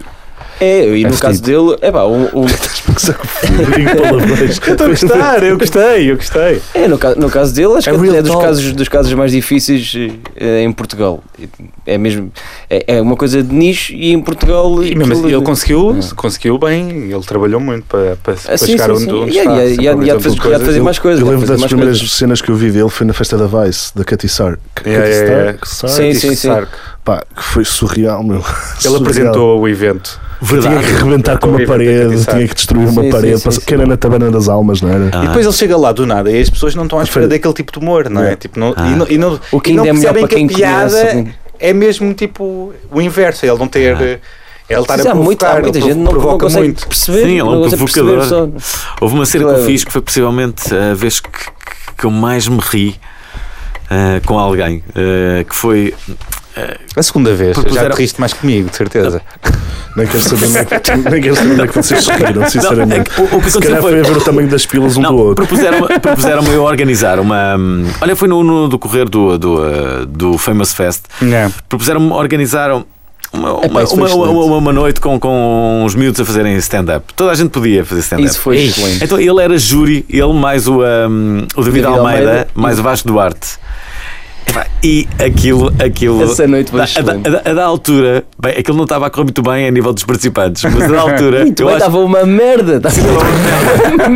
É, e É no caso dele, é pá, o, o- Digo palavrões. Eu estou a gostar, eu gostei, eu gostei. é, no, ca- no caso dele, acho É que real é dos talk. casos, dos casos mais difíceis eh, em Portugal. É mesmo, é, é uma coisa de nicho e em Portugal. E mesmo assim, aquilo- ele conseguiu, conseguiu bem, ele trabalhou muito para, para, para Ah, sim, chegar sim, onde, sim. onde E há- e está. há- sempre e há- e há aumentando de fazer- coisas. e há de fazer mais coisas. há Eu de lembro fazer das mais primeiras coisas. cenas que eu vi dele foi na festa da Vice, da Katy Sark. É, é, é. Katy Sark? Sim, sim, sim. Sark. Pá, que foi surreal, meu. Ele apresentou o evento. Tinha que rebentar com uma Horrível, Katy parede, Sark. tinha que destruir uma Sim, parede, sim, sim, que era na Tabana das Almas, não era? Ah. E depois ele chega lá do nada e as pessoas não estão à espera Foi- daquele tipo de humor, não é? É. Tipo, não, Ah. e não, e não, O que e não ainda é melhor percebem para que a quem piada conhece. é mesmo tipo o inverso, é ele não ter. Ele estar Sim, a há, muito, há provocar, muita ele gente que não, não provoca consegue muito. perceber. Sim, ele é um não consegue provocador. perceber só. Houve uma cena que eu Claro. fiz que foi possivelmente a vez que, que- que eu mais me ri ah, com alguém. ah, que foi. A segunda vez, já Propuseram- te riste mais comigo, de certeza. Nem quero saber onde é que- nem quero saber onde é que vocês se riram, Não, é sinceramente. que o, o que Se calhar aconteceu foi foi. a ver o tamanho das pilas um do Não, outro. propuseram-me propuseram eu organizar uma. hum, Olha, foi no, no decorrer do, do, ah, do Famous Fest. Não. Propuseram-me organizar um- uma, uma, isso foi uma, excelente. uma- uma noite com, com os miúdos a fazerem stand-up. Toda a gente podia fazer stand-up. Isso foi Ixi. excelente. Então ele era júri, ele mais o, um, o David, David Almeida, Almeida. mais o Vasco Duarte. Epá, E aquilo, aquilo. Essa noite foi da- a, da, excelente. a da- a da altura, bem, aquilo não estava a correr muito bem a nível dos participantes, mas a da altura. Muito eu bem, acho- estava uma merda. estava-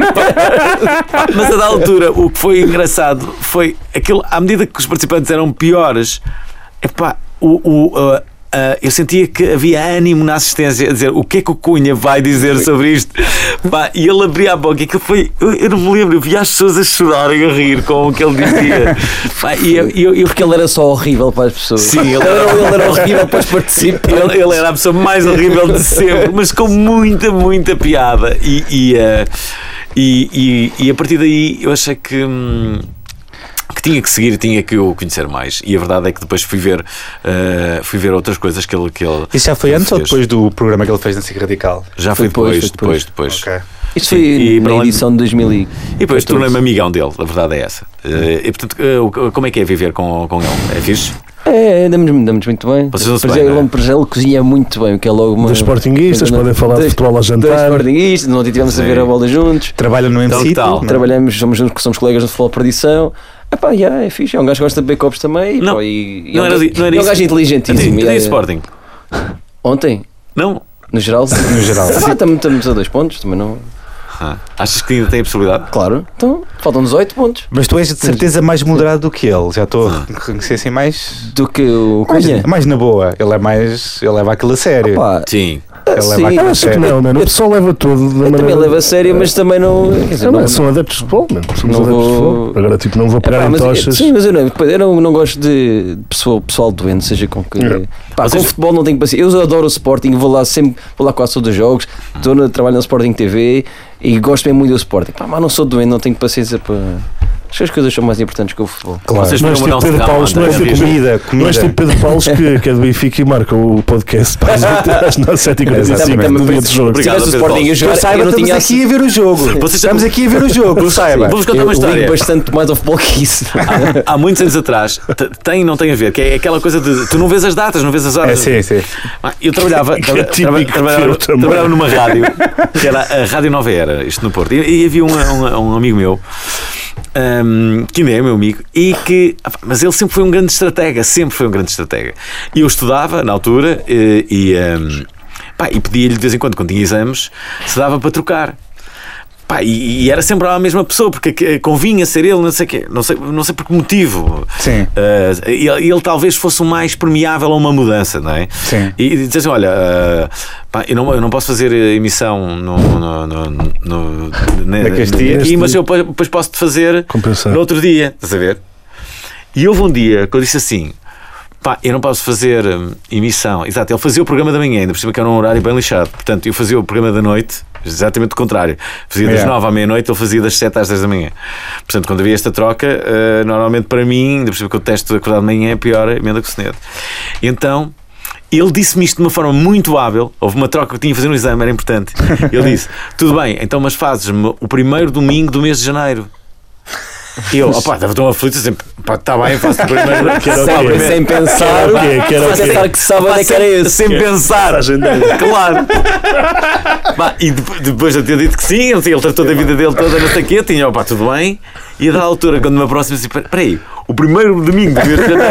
mas a da altura, o que foi engraçado foi aquilo, à medida que os participantes eram piores, epá, o. o, uh, uh, eu sentia que havia ânimo na assistência a dizer o que é que o Cunha vai dizer sobre isto. Pá, e ele abria a boca, e aquilo foi. Eu, eu não me lembro, eu via as pessoas a chorarem, a rir com o que ele dizia. Pá, e eu, e eu, eu Porque ele era só horrível para as pessoas. Sim, ele era, ele era horrível para os participantes. Ele, ele era a pessoa mais horrível de sempre, mas com muita, muita piada. E, e, eh, e, e- e a partir daí eu achei que. hum, que tinha que seguir, tinha que o conhecer mais. E a verdade é que depois fui ver, eh, fui ver outras coisas que ele. Que ele Isso já foi que ele antes ou fez. depois do programa que ele fez na SIC Radical? Já foi depois, Depois, depois, foi depois. depois. Ok. Isto Sim, foi e é- para na além de- edição de 2000. e- E depois tornei-me amigão dele, a verdade é essa. Eh, e portanto, eh, o- como é que é viver com, com ele? É fixe? É, damos, damos muito bem. Vocês dão-se Pois é, bem, não é? Irlão Prezelo cozinha muito bem, o que é logo uma. Dos sportinguistas, podem falar de Dois- futebol ao Dois jantar. sportinguistas, ontem estivemos a ver Sim. a bola juntos, Trabalha no MC. tal? não é? trabalhamos, somos, juntos, somos colegas no futebol de perdição. Epá, yeah, é fixe, é um gajo que gosta de beber copos também. e, Não, pá, e, e não é um era gajo- di- não era é um isso. gajo inteligentíssimo. Antes yeah, de yeah. Sporting. Ontem, Não? no geral. No geral. Estamos a dois pontos, também não. Ah, achas que ainda tem a possibilidade? Claro, então faltam 18 pontos Mas tu és de certeza mais moderado do que ele. Já estou a reconhecer assim mais. do que o Mais, Cunha. mais na boa. Ele é mais. Ele leva aquilo a sério. Pá, Sim. ele leva sim. aquilo Eu a Ah, acho que sério. não, mano. O pessoal leva tudo da eu maneira. também levo a sério, mas também não. Quer dizer, Não, um não, mano, são adeptos de futebol, mano. Somos Não adeptos de vou- futebol. Agora, tipo, não vou Epá, pegar em mas- é- tochas. sim, mas eu não, eu não, não gosto de de pessoal, pessoal doente, seja com que. Yeah. Pá, com Vocês- futebol não tenho paciência. Eu adoro o Sporting, vou lá sempre, vou lá quase todos os jogos, estou no, trabalho na Sporting TV e gosto bem muito do Sporting. Pá, mas não sou doente, não tenho paciência para. Acho que as coisas são mais importantes que o futebol. Claro. Vocês Mas foram tipo mandar um Pedro cigarro Paulo, ontem, não é não tipo viste? Comida, Não comida. és tipo Pedro Paulos que, que é do Benfica e marca o podcast para as oito- às 9h45 Exatamente. do dia de jogo. Obrigado. Se tivesse o Pedro Sporting a Paulo. Que eu jogar, saiba, eu não estamos tinha aqui a ver o jogo. Vocês- Estamos aqui a ver o jogo, que eu saiba. Vou-vos contar uma eu ligo história. bastante mais ao futebol que isso. Há, há muitos anos atrás, t- tem, não tem a ver, que é aquela coisa de tu não vês as datas, não vês as É, horas. sim, sim. Ah, Eu trabalhava, Que é traba- traba- típico teu trabalhava, também. trabalhava numa rádio, que era a Rádio Nova Era, isto no Porto. E, e havia um, um- um amigo meu, hum, que ainda é meu amigo, e que. ah, pá, Mas ele sempre foi um grande estratega, sempre foi um grande estratega. E eu estudava na altura eh, e. hum, pá, e pedia-lhe de vez em quando, quando tinha exames, se dava para trocar. Pá, e, e era sempre a mesma pessoa, porque que- convinha ser ele, não sei, quê, não sei, não sei por que motivo. Sim. Ah, ele, ele talvez fosse o mais permeável a uma mudança, não é? Sim. E, e dizer assim: olha, ah, pá, eu, não, eu não posso fazer eh, emissão no, no, no, no- ne- Neste aqui, dia. mas eu depois- depois posso te fazer Compensar. no outro dia, estás a ver? E houve um dia que eu disse assim: pá, eu não posso fazer hum, emissão. Exato, ele fazia o programa da manhã, ainda por cima que era um horário bem lixado. Portanto, eu fazia o programa da noite, exatamente o contrário. Fazia das Yeah. 9 à meia-noite, ele fazia das 7 às 10 da manhã. Portanto, quando havia esta troca, eh, normalmente para mim, ainda por cima que eu testo de acordar de manhã, é pior a emenda que o soneto. Então. Ele disse-me isto de uma forma muito hábil. Houve uma troca que eu tinha a fazer um exame, era importante. Ele disse: Tudo bem, então, mas fazes-me o primeiro domingo do mês de janeiro. E eu, opá, estava tão aflito, assim, pá, está bem, faço o primeiro. Que era o Sabe, quê? Sempre sem pensar, Que era o quê? Que era o sem quê? pensar que sábado é que era esse. Sem pensar, é- claro. Pá, e depois, depois de eu ter dito que sim, não sei, ele tratou da vida dele toda, não sei o quê, tinha, opá, tudo bem. E a da altura, quando me aproximo, assim, "Pera- peraí, o primeiro domingo do mês de janeiro,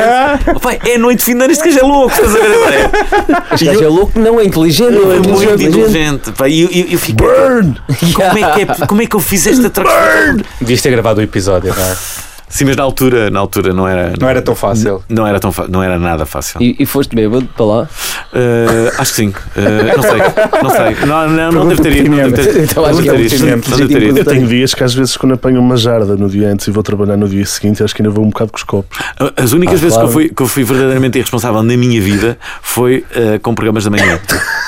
opá, é noite de fim de ano, este gajo é louco, estás a ver? pá, Este gajo é louco, não é inteligente, não é É muito inteligente. inteligente, pá, e eu, eu, eu fico. Burn! Como é, que é, como é que eu fiz esta troca? Devias ter gravado o episódio, não é? Sim, mas na altura, na altura não era. Não era tão fácil. Não era, tão fa- não era nada fácil. E, e foste bêbado para lá? Eh, acho que sim. Eh, não sei. Não sei. Não, não, não devo ter ido. Não devo ter, Então, acho não que é devo ter ido. pertinente, Não devo ter ido. Eu tenho dias que às vezes quando apanho uma jarda no dia antes e vou trabalhar no dia seguinte, acho que ainda vou um bocado com os copos. As únicas Ah, vezes que, claro. eu fui, que eu fui verdadeiramente irresponsável na minha vida foi eh, com programas da manhã.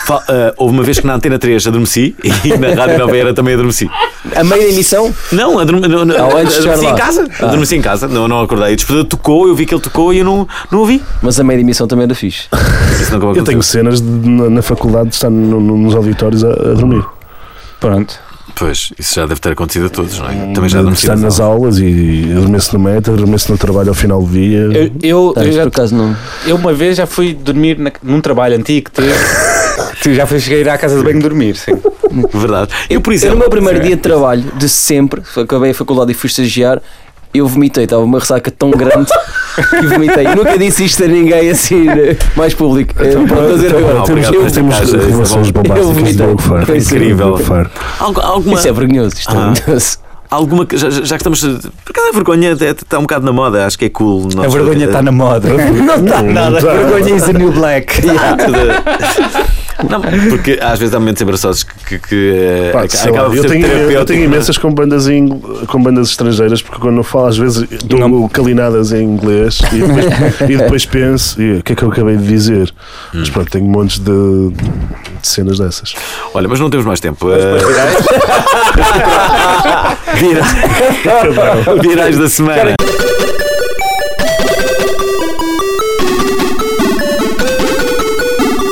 Fa- eh, houve uma vez que na Antena 3 adormeci e na Rádio Nova Era também adormeci. A meio da emissão? Não, adorme, não, não, Ah, antes de Ah. chegar adormeci em lá. casa. Adormeci em casa. Não, não acordei. O despertador tocou, eu vi que ele tocou e eu não, não ouvi. Mas a meio da emissão também era fixe. Isso nunca Eu aconteceu. tenho cenas de- na, na faculdade de estar no- no- nos auditórios a, a dormir. Pronto. Pois, isso já deve ter acontecido a todos, não é? Também já de adormeci. estar nas aulas e adormeço no metro, adormeço no trabalho ao final do dia. Eu, eu, Tá, eu isto já, por acaso não. eu uma vez já fui dormir na- num trabalho antigo que tive. Tu já fui chegar à casa de banho dormir, sim. Verdade. Eu, por Eu, no exemplo. meu primeiro sim. dia de trabalho, de sempre, acabei a faculdade e fui estagiar, eu vomitei, estava uma ressaca tão grande que vomitei. Eu nunca disse isto a ninguém assim, né, mais público. É, pronto, a dizer Então, agora. pá, temos, obrigado por temos esta casa, revelações isso é bom. bombásticas de Eu Diogo Faro. vomitei. Incrível. Diogo Faro. algu- Alguma, Isso é vergonhoso, isto é Ah. vergonhoso. Alguma que- já, já já que estamos. Por acaso a vergonha até está um bocado na moda, acho que é cool. nós- A vergonha está na moda. Não está nada. A vergonha is the new black. Não, porque às vezes há momentos embaraçosos que, que, que, eh, Pá, ac- sei lá, eu, ser tenho, eu terapêutico, é? tenho imensas com bandas, em ingl- com bandas estrangeiras, porque quando eu falo, às vezes dou calinadas em inglês e depois, e depois penso e, o que é que eu acabei de dizer. Mas pronto, tenho montes de, de cenas dessas. não é? Olha, mas não temos mais tempo. eh, Vira- Virais da semana.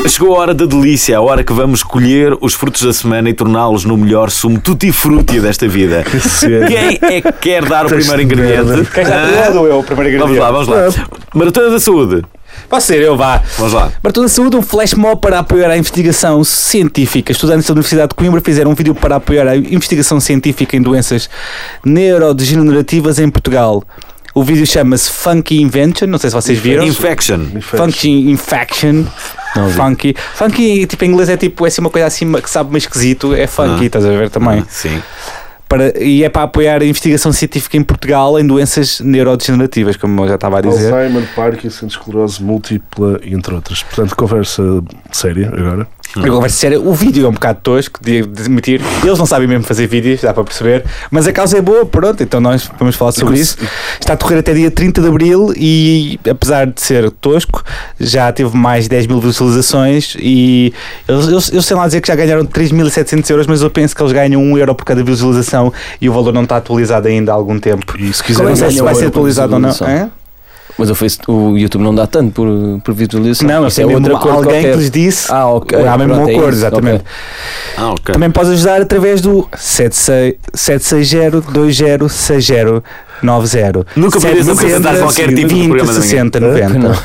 Chegou a hora da delícia, a hora que vamos colher os frutos da semana e torná-los no melhor sumo tutti-frutti desta vida. cena. Quem é que quer dar o Tens primeiro de merda. ingrediente? Quem está do lado ou é eu, o primeiro Vamos ingrediente? lá, vamos lá. Maratona da Saúde. Posso ser eu, vá. Vamos lá. Bartolomeu da Saúde, um flash mob para apoiar a investigação científica. Estudantes da Universidade de Coimbra fizeram um vídeo para apoiar a investigação científica em doenças neurodegenerativas em Portugal. O vídeo chama-se Funky Invention, não sei se vocês viram. Infection. Funky Infection. Funky. Funky, tipo, em inglês é tipo, é assim uma coisa assim que sabe meio esquisito, é funky, Ah. estás a ver também. Sim. Para, e é para apoiar a investigação científica em Portugal em doenças neurodegenerativas, como eu já estava a dizer. Alzheimer, Parkinson, esclerose múltipla, entre outras. Portanto, conversa séria agora. Hum. Agora, vai ser sério, o vídeo é um bocado tosco, de de admitir. Eles não sabem mesmo fazer vídeos, dá para perceber. Mas a causa é boa, pronto, então nós vamos falar sobre isso. Está a decorrer até dia 30 de abril e, apesar de ser tosco, já teve mais de 10 mil visualizações. E eles, eles, eles sei lá dizer que já ganharam 3.700 euros, mas eu penso que eles ganham 1 euro por cada visualização e o valor não está atualizado ainda há algum tempo. E se Não quiserem, Como é sei se ganham vai um ser euro por atualizado ou não. é? visualização? Hã? Mas o, Face, o YouTube não dá tanto por, por visualização. Não, Isso é outra coisa alguém qualquer. que lhes disse. Ah, ok. Há mesmo Pronto, um é acordo, isso, exatamente. ok. Ah, ok. Também podes ajudar através do 760-2060-90. Nunca poderias apresentar qualquer tipo de programa da 60, minha. 90.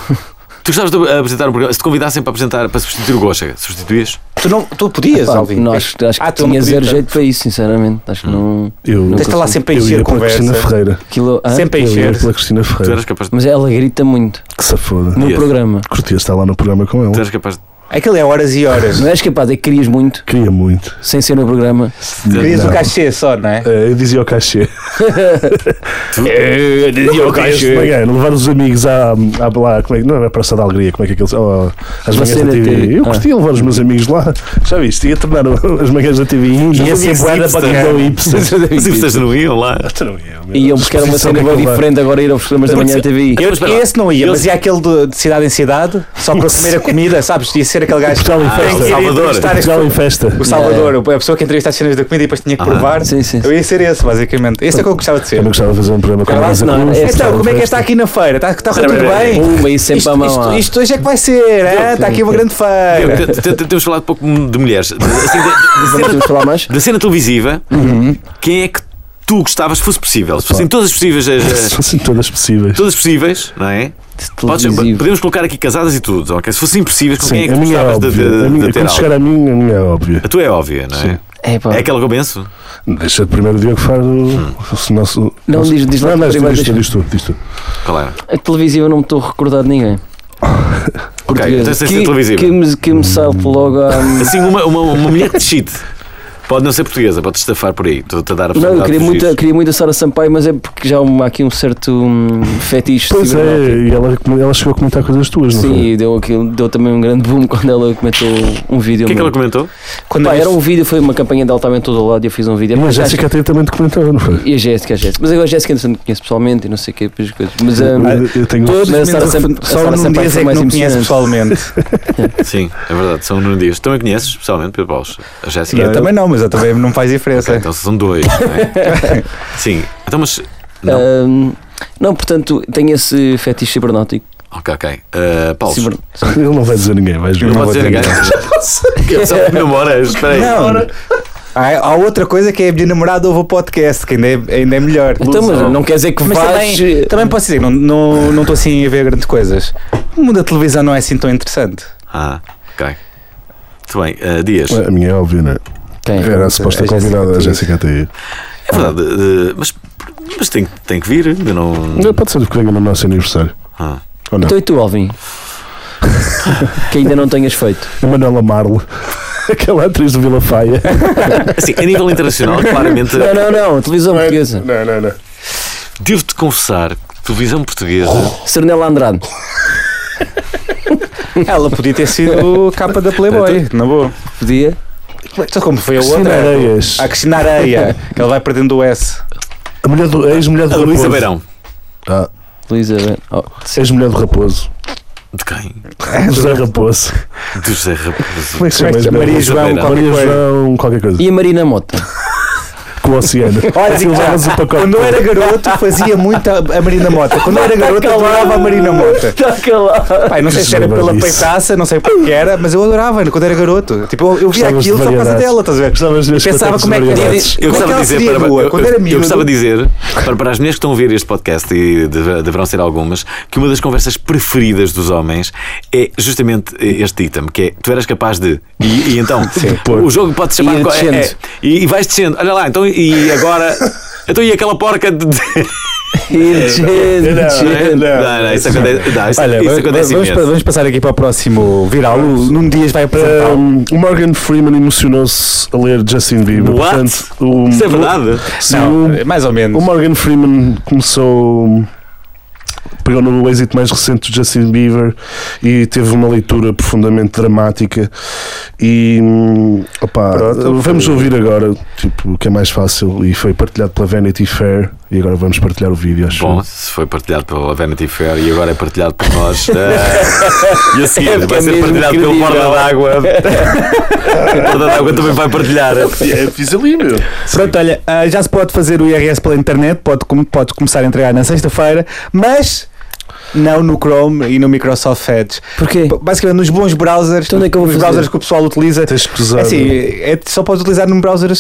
Tu gostavas de apresentar um programa? Se te convidassem para apresentar, para substituir o Gocha, substituías? Tu, não, tu podias, Pá, Alvin? não, acho, acho que Ah, tu não tinha podias, zero tá? jeito para isso, sinceramente. Acho que não. eu, Não Tens de estar lá sempre a eu encher ia a pela Cristina conversa. Ferreira. Aquilo, hã? Sempre a Eu ia encher. pela Cristina Tu Ferreira. eras capaz de. Mas ela grita muito Que safoda. no Yes. programa. Curtia estar lá no programa com Tu ela. eras capaz de. Aquilo é horas e horas. Não és capaz, é que querias muito, Queria muito. sem ser no programa. Querias o Não. cachê só, não é? Eh, Eu dizia ao cachê. Eu dizia Eu este de manhã, é? levar os amigos à, à lá, como é, que- não era a Praça da Alegria, como é que aqueles. Oh, às Na manhãs da cena TV. TV. Eu Ah. curtia levar os meus amigos lá. Já viste? Ia tornar o- as manhãs da TV E e ia ser bué da bacana. Mas e vocês não iam lá? E eu porque era uma cena bem diferente agora ir aos programas da manhã da TVI. Eu, Mas, espera esse não ia, mas ia aquele de, de cidade em cidade, só para comer a comida, sabes? Ia ser aquele gajo. Portugal em Ah, festa. o Salvador. entrevistar este- Portugal em festa. O Salvador, a pessoa que entrevista as cenas da comida e depois tinha que Ah, provar. Sim, sim. Eu ia ser esse, basicamente. Esse é o que eu gostava de ser. Também gostava de fazer um programa com a Claro, Rosa não, Cruz, é- Portugal Então, em como é que festa. está aqui na feira? Está está tudo bem? Pumba, isso sempre Isto, à isto, ah. mão. isto hoje é que vai ser, hã? está aqui uma grande feira. Te- te- te- Temos falado pouco de mulheres. Assim, da- da cena- Vamos falar mais? Da cena televisiva, Uhum. quem é que tu gostavas que fosse possível? Se fossem todas as possíveis. as- São sempre todas Então, possíveis. Todas possíveis, não é? Podes- Televisivo. podemos colocar aqui casadas e tudo, ok? Se fossem impossíveis, com quem é Sim, que a tu minha é gostavas de, de- óbvia. A de minha- ter Quando chegar algo? a mim, a minha é óbvia. A tua é óbvia, não é? É, pá. É aquela que eu penso? Deixa de primeiro o Diogo Faro. Hum. o nosso- Não, nosso- diz- diz lá Não, não, diz primeiro, diz deixa- tu, diz tu, diz tu. Qual era? A televisiva não me estou a recordar de ninguém. Ok, então Portuguesa. essa é a Que, televisiva. que, me, que me salte logo à. Assim, uma, uma, uma mulher que te cheat. Pode não ser portuguesa, pode estafar por aí. Estou-te a dar a Não, eu oportunidade queria de muito, fugir. eu queria muito a Sara Sampaio, mas é porque já há aqui um certo hum, fetiche. Pois cibernético. é, e ela, ela chegou a comentar coisas tuas, não Sim, foi? e deu, aquilo, deu também um grande boom quando ela comentou um O vídeo. que é que meu. ela comentou? Quando Pá, eu- era um vídeo, foi uma campanha de altamente todo lado e eu fiz um vídeo. E a Mas Jéssica até também te comentou, não foi? acho- E a Jéssica, a Jéssica. Mas agora a Jéssica não conheço pessoalmente e não sei o que, depois coisas. Mas hum, Eu, eu tenho todos um Mas a Sara Menos- Sam- a Só Sara o Nuno Sampaio Dias foi é que assim mais não conhece emocionante. pessoalmente. Sim, é verdade. São Nuno Dias. Também conheces, pessoalmente, Pedro Paus. A Jéssica. Eu também não, mas eu também não faz Ok, diferença. então são dois, não é? Sim. Então, mas. Não. hum, não, portanto, tem esse fetiche cibernático. Ok, ok. Uh, Paulo. Ciber- Ele não vai dizer a ninguém, vais ver. Não Não pode vai dizer ninguém. Eu só me namoras, então espera é aí. Não. Há, há outra coisa que é a minha namorada ouve o podcast, que ainda é, ainda é melhor. Então, mas não quer dizer que Mas vais. também, também posso dizer, não estou não, não estou assim a ver grandes coisas. O mundo da televisão não é assim tão interessante. Ah, ok. Muito bem, eh, Dias. A minha é óbvia, não é? Tem. Era a suposta A é, Jéssica convidada, a T. Jéssica até. É verdade, eh, mas, mas tem, tem que vir. Eu não. Não pode ser que venha no nosso aniversário. Ah. Ou não? Então e tu, Alvin? que ainda não tenhas feito. A Manuela Marle, aquela atriz do Vila Faia. Assim, a nível internacional, claramente, Não, não, não, televisão portuguesa. Não, não, não. devo-te confessar que televisão portuguesa. Oh, Sernela Andrade. Ela podia ter sido capa da Playboy, Então, na boa. Podia. Então, como foi a Cristina outra? Areias. A Cristina Areia, que ela vai perdendo o S. A mulher do- a ex-mulher do A Luísa Raposo. Beirão. Ah, Luísa. Oh, ex-mulher do Raposo. De quem? José Raposo. Do José Raposo. Como é que se chama? a ex-mulher? Maria Luísa João, Beirão. qualquer Maria coisa. João, qualquer coisa. E a Marina Mota. Com com o oceano. Olha, assim levavas o pacote. Quando eu era garoto, fazia muito a, a Marina Mota. Quando eu era garoto, eu adorava a Marina Mota. Está calado. Pai, não sei se era Lembras pela disso? peitaça, não sei porque era, mas eu adorava quando era garoto. Tipo, eu, eu via Gostavas de aquilo só por causa variedades. dela, estás a ver? Gostavas de ver os Pensava espetáculos como é que de era. variedades. como Eu é que gostava de ela dizer, seria para, nua eu- quando era eu, eu miúdo. gostava de dizer para, para as mulheres que estão a ouvir este podcast e deve- deverão ser algumas, que uma das conversas preferidas dos homens é justamente este item, que é tu eras capaz de e, e então o jogo pode se chamar Ia co- é- é- descendo. e, e vais descendo, olha lá, então e agora então e aquela porca de, Gente, não, não, isso acontece, não, isso, Olha, isso vamos- acontece vamos, imenso. vamos passar aqui para o próximo viral. O- Num dia vai apresentar. Um, o Morgan Freeman emocionou-se a ler Justin Bieber. What? Portanto, um um o, Isso é verdade. se Não, o- mais ou o menos. Morgan Freeman começou. Pegou no êxito mais recente do Justin Bieber e teve uma leitura profundamente dramática. E hum, opá, Pronto. vamos ouvir agora tipo, o que é mais fácil. E foi partilhado pela Vanity Fair. E agora vamos partilhar o vídeo. Acho. Bom, se foi partilhado pela Vanity Fair e agora é partilhado por nós. eh, e a seguir É porque vai é ser mesmo partilhado pelo incrível. Borda d'Água. O Borda d'Água também vai partilhar. É, fiz ali, meu. Pronto, olha, ah, já se pode fazer o IRS pela internet, pode, com- pode começar a entregar na sexta-feira, mas não no Chrome e no Microsoft Edge. Porquê? B- Basicamente nos bons browsers, Então onde é que eu vou nos fazer? browsers que o pessoal utiliza. Tens que usar. É assim, é, só podes utilizar num browser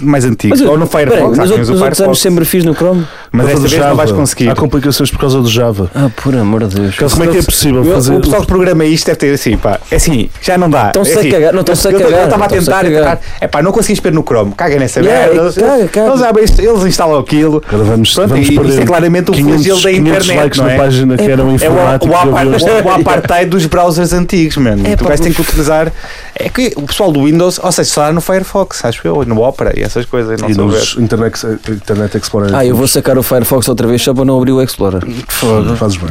mais antigo, Mas eu- ou no Espera aí, Firefox, há mas quem outros usa o nos outros anos Firefox, sempre fiz no Chrome. mas Por causa do desta vez não Java. vais conseguir. Há complicações por causa do Java. Ah, por amor de Deus. Como é que é possível Eu- fazer o pessoal que programa isto deve ter assim, pá, é assim, já não dá. Estão-se é a assim, cagar, não, estão-se a eu- eu- cagar, Eu estava a estão-se a tentar, a cagar. tentar. É pá, não conseguiste ver no Chrome, caga nessa Yeah, merda. é que caga, Eles- caga. Eles abrem isto, eles instalam aquilo. Agora vamos, Pronto, vamos e perder isso é claramente o flagelo da 500 internet, likes não é? na página que era um É o, informático. o, apar- que ouviu- o apartheid dos browsers antigos, mano. É, tu pá, vais ter uf. que utilizar. É que o pessoal do Windows, ou seja, só dá no Firefox, acho eu, ou no Opera e essas coisas. Não e sei nos Internet, eh, internet Explorer. Ah, eu vou sacar o Firefox outra vez só para não abrir o Explorer. Foda, Fazes bem.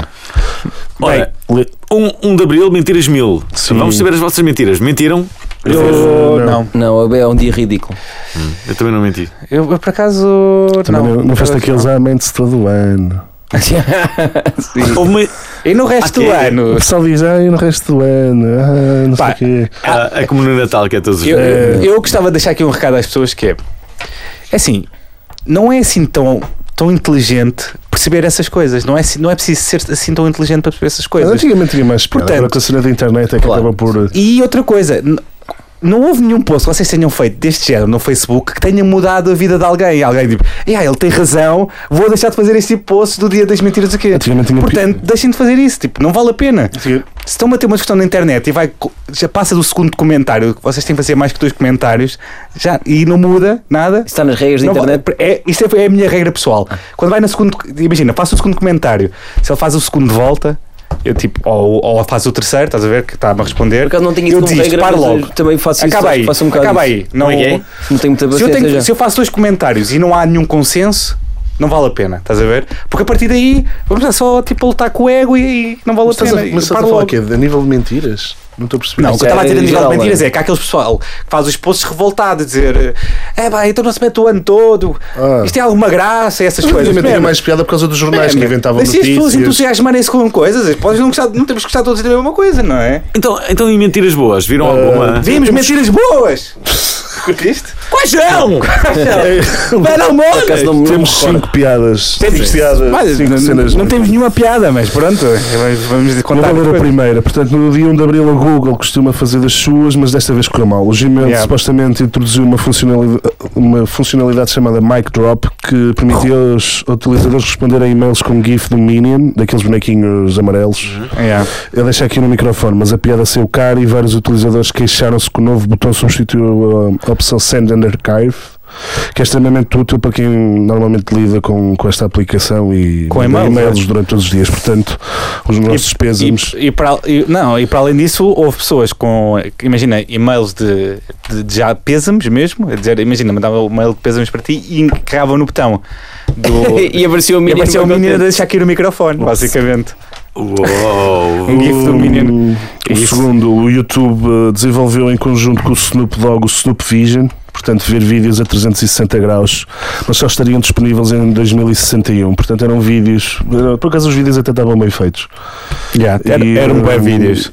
Ora, 1 de Abril, mentiras mil. Sim. Vamos saber as vossas mentiras. Mentiram? ver. Eu, não. Não, é um dia ridículo. Eu também não menti. Eu, eu, por acaso. Também não, Não, não, foste aqueles à mente todo o ano. Houve uma- E no resto do Ah, que- ano? O pessoal diz, ai, no resto do ano, ah, não Pá, sei o quê. a, a comuna Natal que é todos os Eu, dias. eu- eu gostava de deixar aqui um recado às pessoas que é é assim, não é assim tão, tão inteligente perceber essas coisas, não é, assim- não é preciso ser assim tão inteligente para perceber essas Mas coisas. antigamente tinha mais piada, Portanto, agora com a cena da internet é que claro. acaba por... E outra coisa, n- não houve nenhum post que vocês tenham feito deste género no Facebook que tenha mudado a vida de alguém. Alguém tipo, ah, ele tem razão, vou deixar de fazer este tipo de post do dia das mentiras aqui. Antigamente tinha... pi- Portanto, deixem de fazer isso, tipo, não vale a pena. Antiga- Se estão a ter uma discussão na internet e vai, co- já passa do segundo comentário, que vocês têm que fazer mais que dois comentários já, e não muda nada. Está nas regras da Não internet. vale- é, isto é, é a minha regra pessoal. Quando vai na segunda. Imagina, faço o segundo comentário. Se ele faz o segundo de volta, eu tipo, ou, ou faz o terceiro, estás a ver? Que está-me a responder. Por acaso não tenho isso eu como desisto, regra, paro mas eu logo. também faço isso. Acaba aí, faço um bocado acaba disso. aí. Não, Como é que é? Não tenho muita se eu, paciência tenho- já. se eu faço dois comentários e não há nenhum consenso, não vale a pena, estás a ver? Porque a partir daí vamos lá só tipo a lutar com o ego e, e não vale a Estás pena. a- e Mas estás paro a falar logo. o quê? A nível de mentiras? Não estou a perceber. Não, o que eu estava a dizer a Em nível de geral, mentiras é. é que há aqueles pessoal que faz os posts revoltados, dizer é pá, então não se mete o ano todo, Ah. isto tem alguma graça, essas coisas. Antigamente tinha Merda. mais piada por causa dos jornais que Merda. inventavam Mas se as pessoas notícias. entusiasmarem-se com coisas, podes não, gostar, não temos gostado todos da mesma coisa, não é? Então, então, e mentiras boas? Viram alguma? Vimos mentiras boas! Curtiste? Quais são? Vai não Por acaso não molhas! me- não me Temos recordo. cinco piadas. Temos piadas. Olha, cinco não, cenas. não temos nenhuma piada, mas pronto, vamos- vamos Eu contar vou ler a depois. primeira. Portanto, no dia 1 de abril, a Google costuma fazer das suas, mas desta vez correu mal. O Gmail Yeah. supostamente introduziu uma funcionalidade, uma funcionalidade chamada Mic Drop que permitia aos utilizadores responder a e-mails com GIF do Minion, daqueles bonequinhos amarelos. Yeah. Eu deixei aqui no microfone, mas a piada saiu cara e vários utilizadores queixaram-se que o novo botão substituiu a, a opção Send and Archive, que é extremamente útil para quem normalmente lida com, com esta aplicação e Com manda e-mails, é? durante todos os dias. Portanto, os nossos pésimos. E, e para, al- e- não, e para além disso, houve pessoas com, imagina, e-mails de, de- de já pêsames mesmo, a dizer, imagina, mandava o mail de pêsames para ti e carregavam no botão do. E apareceu o e menino. apareceu o menino a deixar cair o microfone, basicamente. Uou. Um gif do menino. é O Isso. segundo, o YouTube eh, desenvolveu em conjunto com o Snoop Dogg o Snoop Vision. portanto ver vídeos a 360 graus, mas só estariam disponíveis em 2061, portanto eram vídeos, era- por acaso os vídeos até estavam bem feitos. Yeah, era, E, eram bem um, vídeos.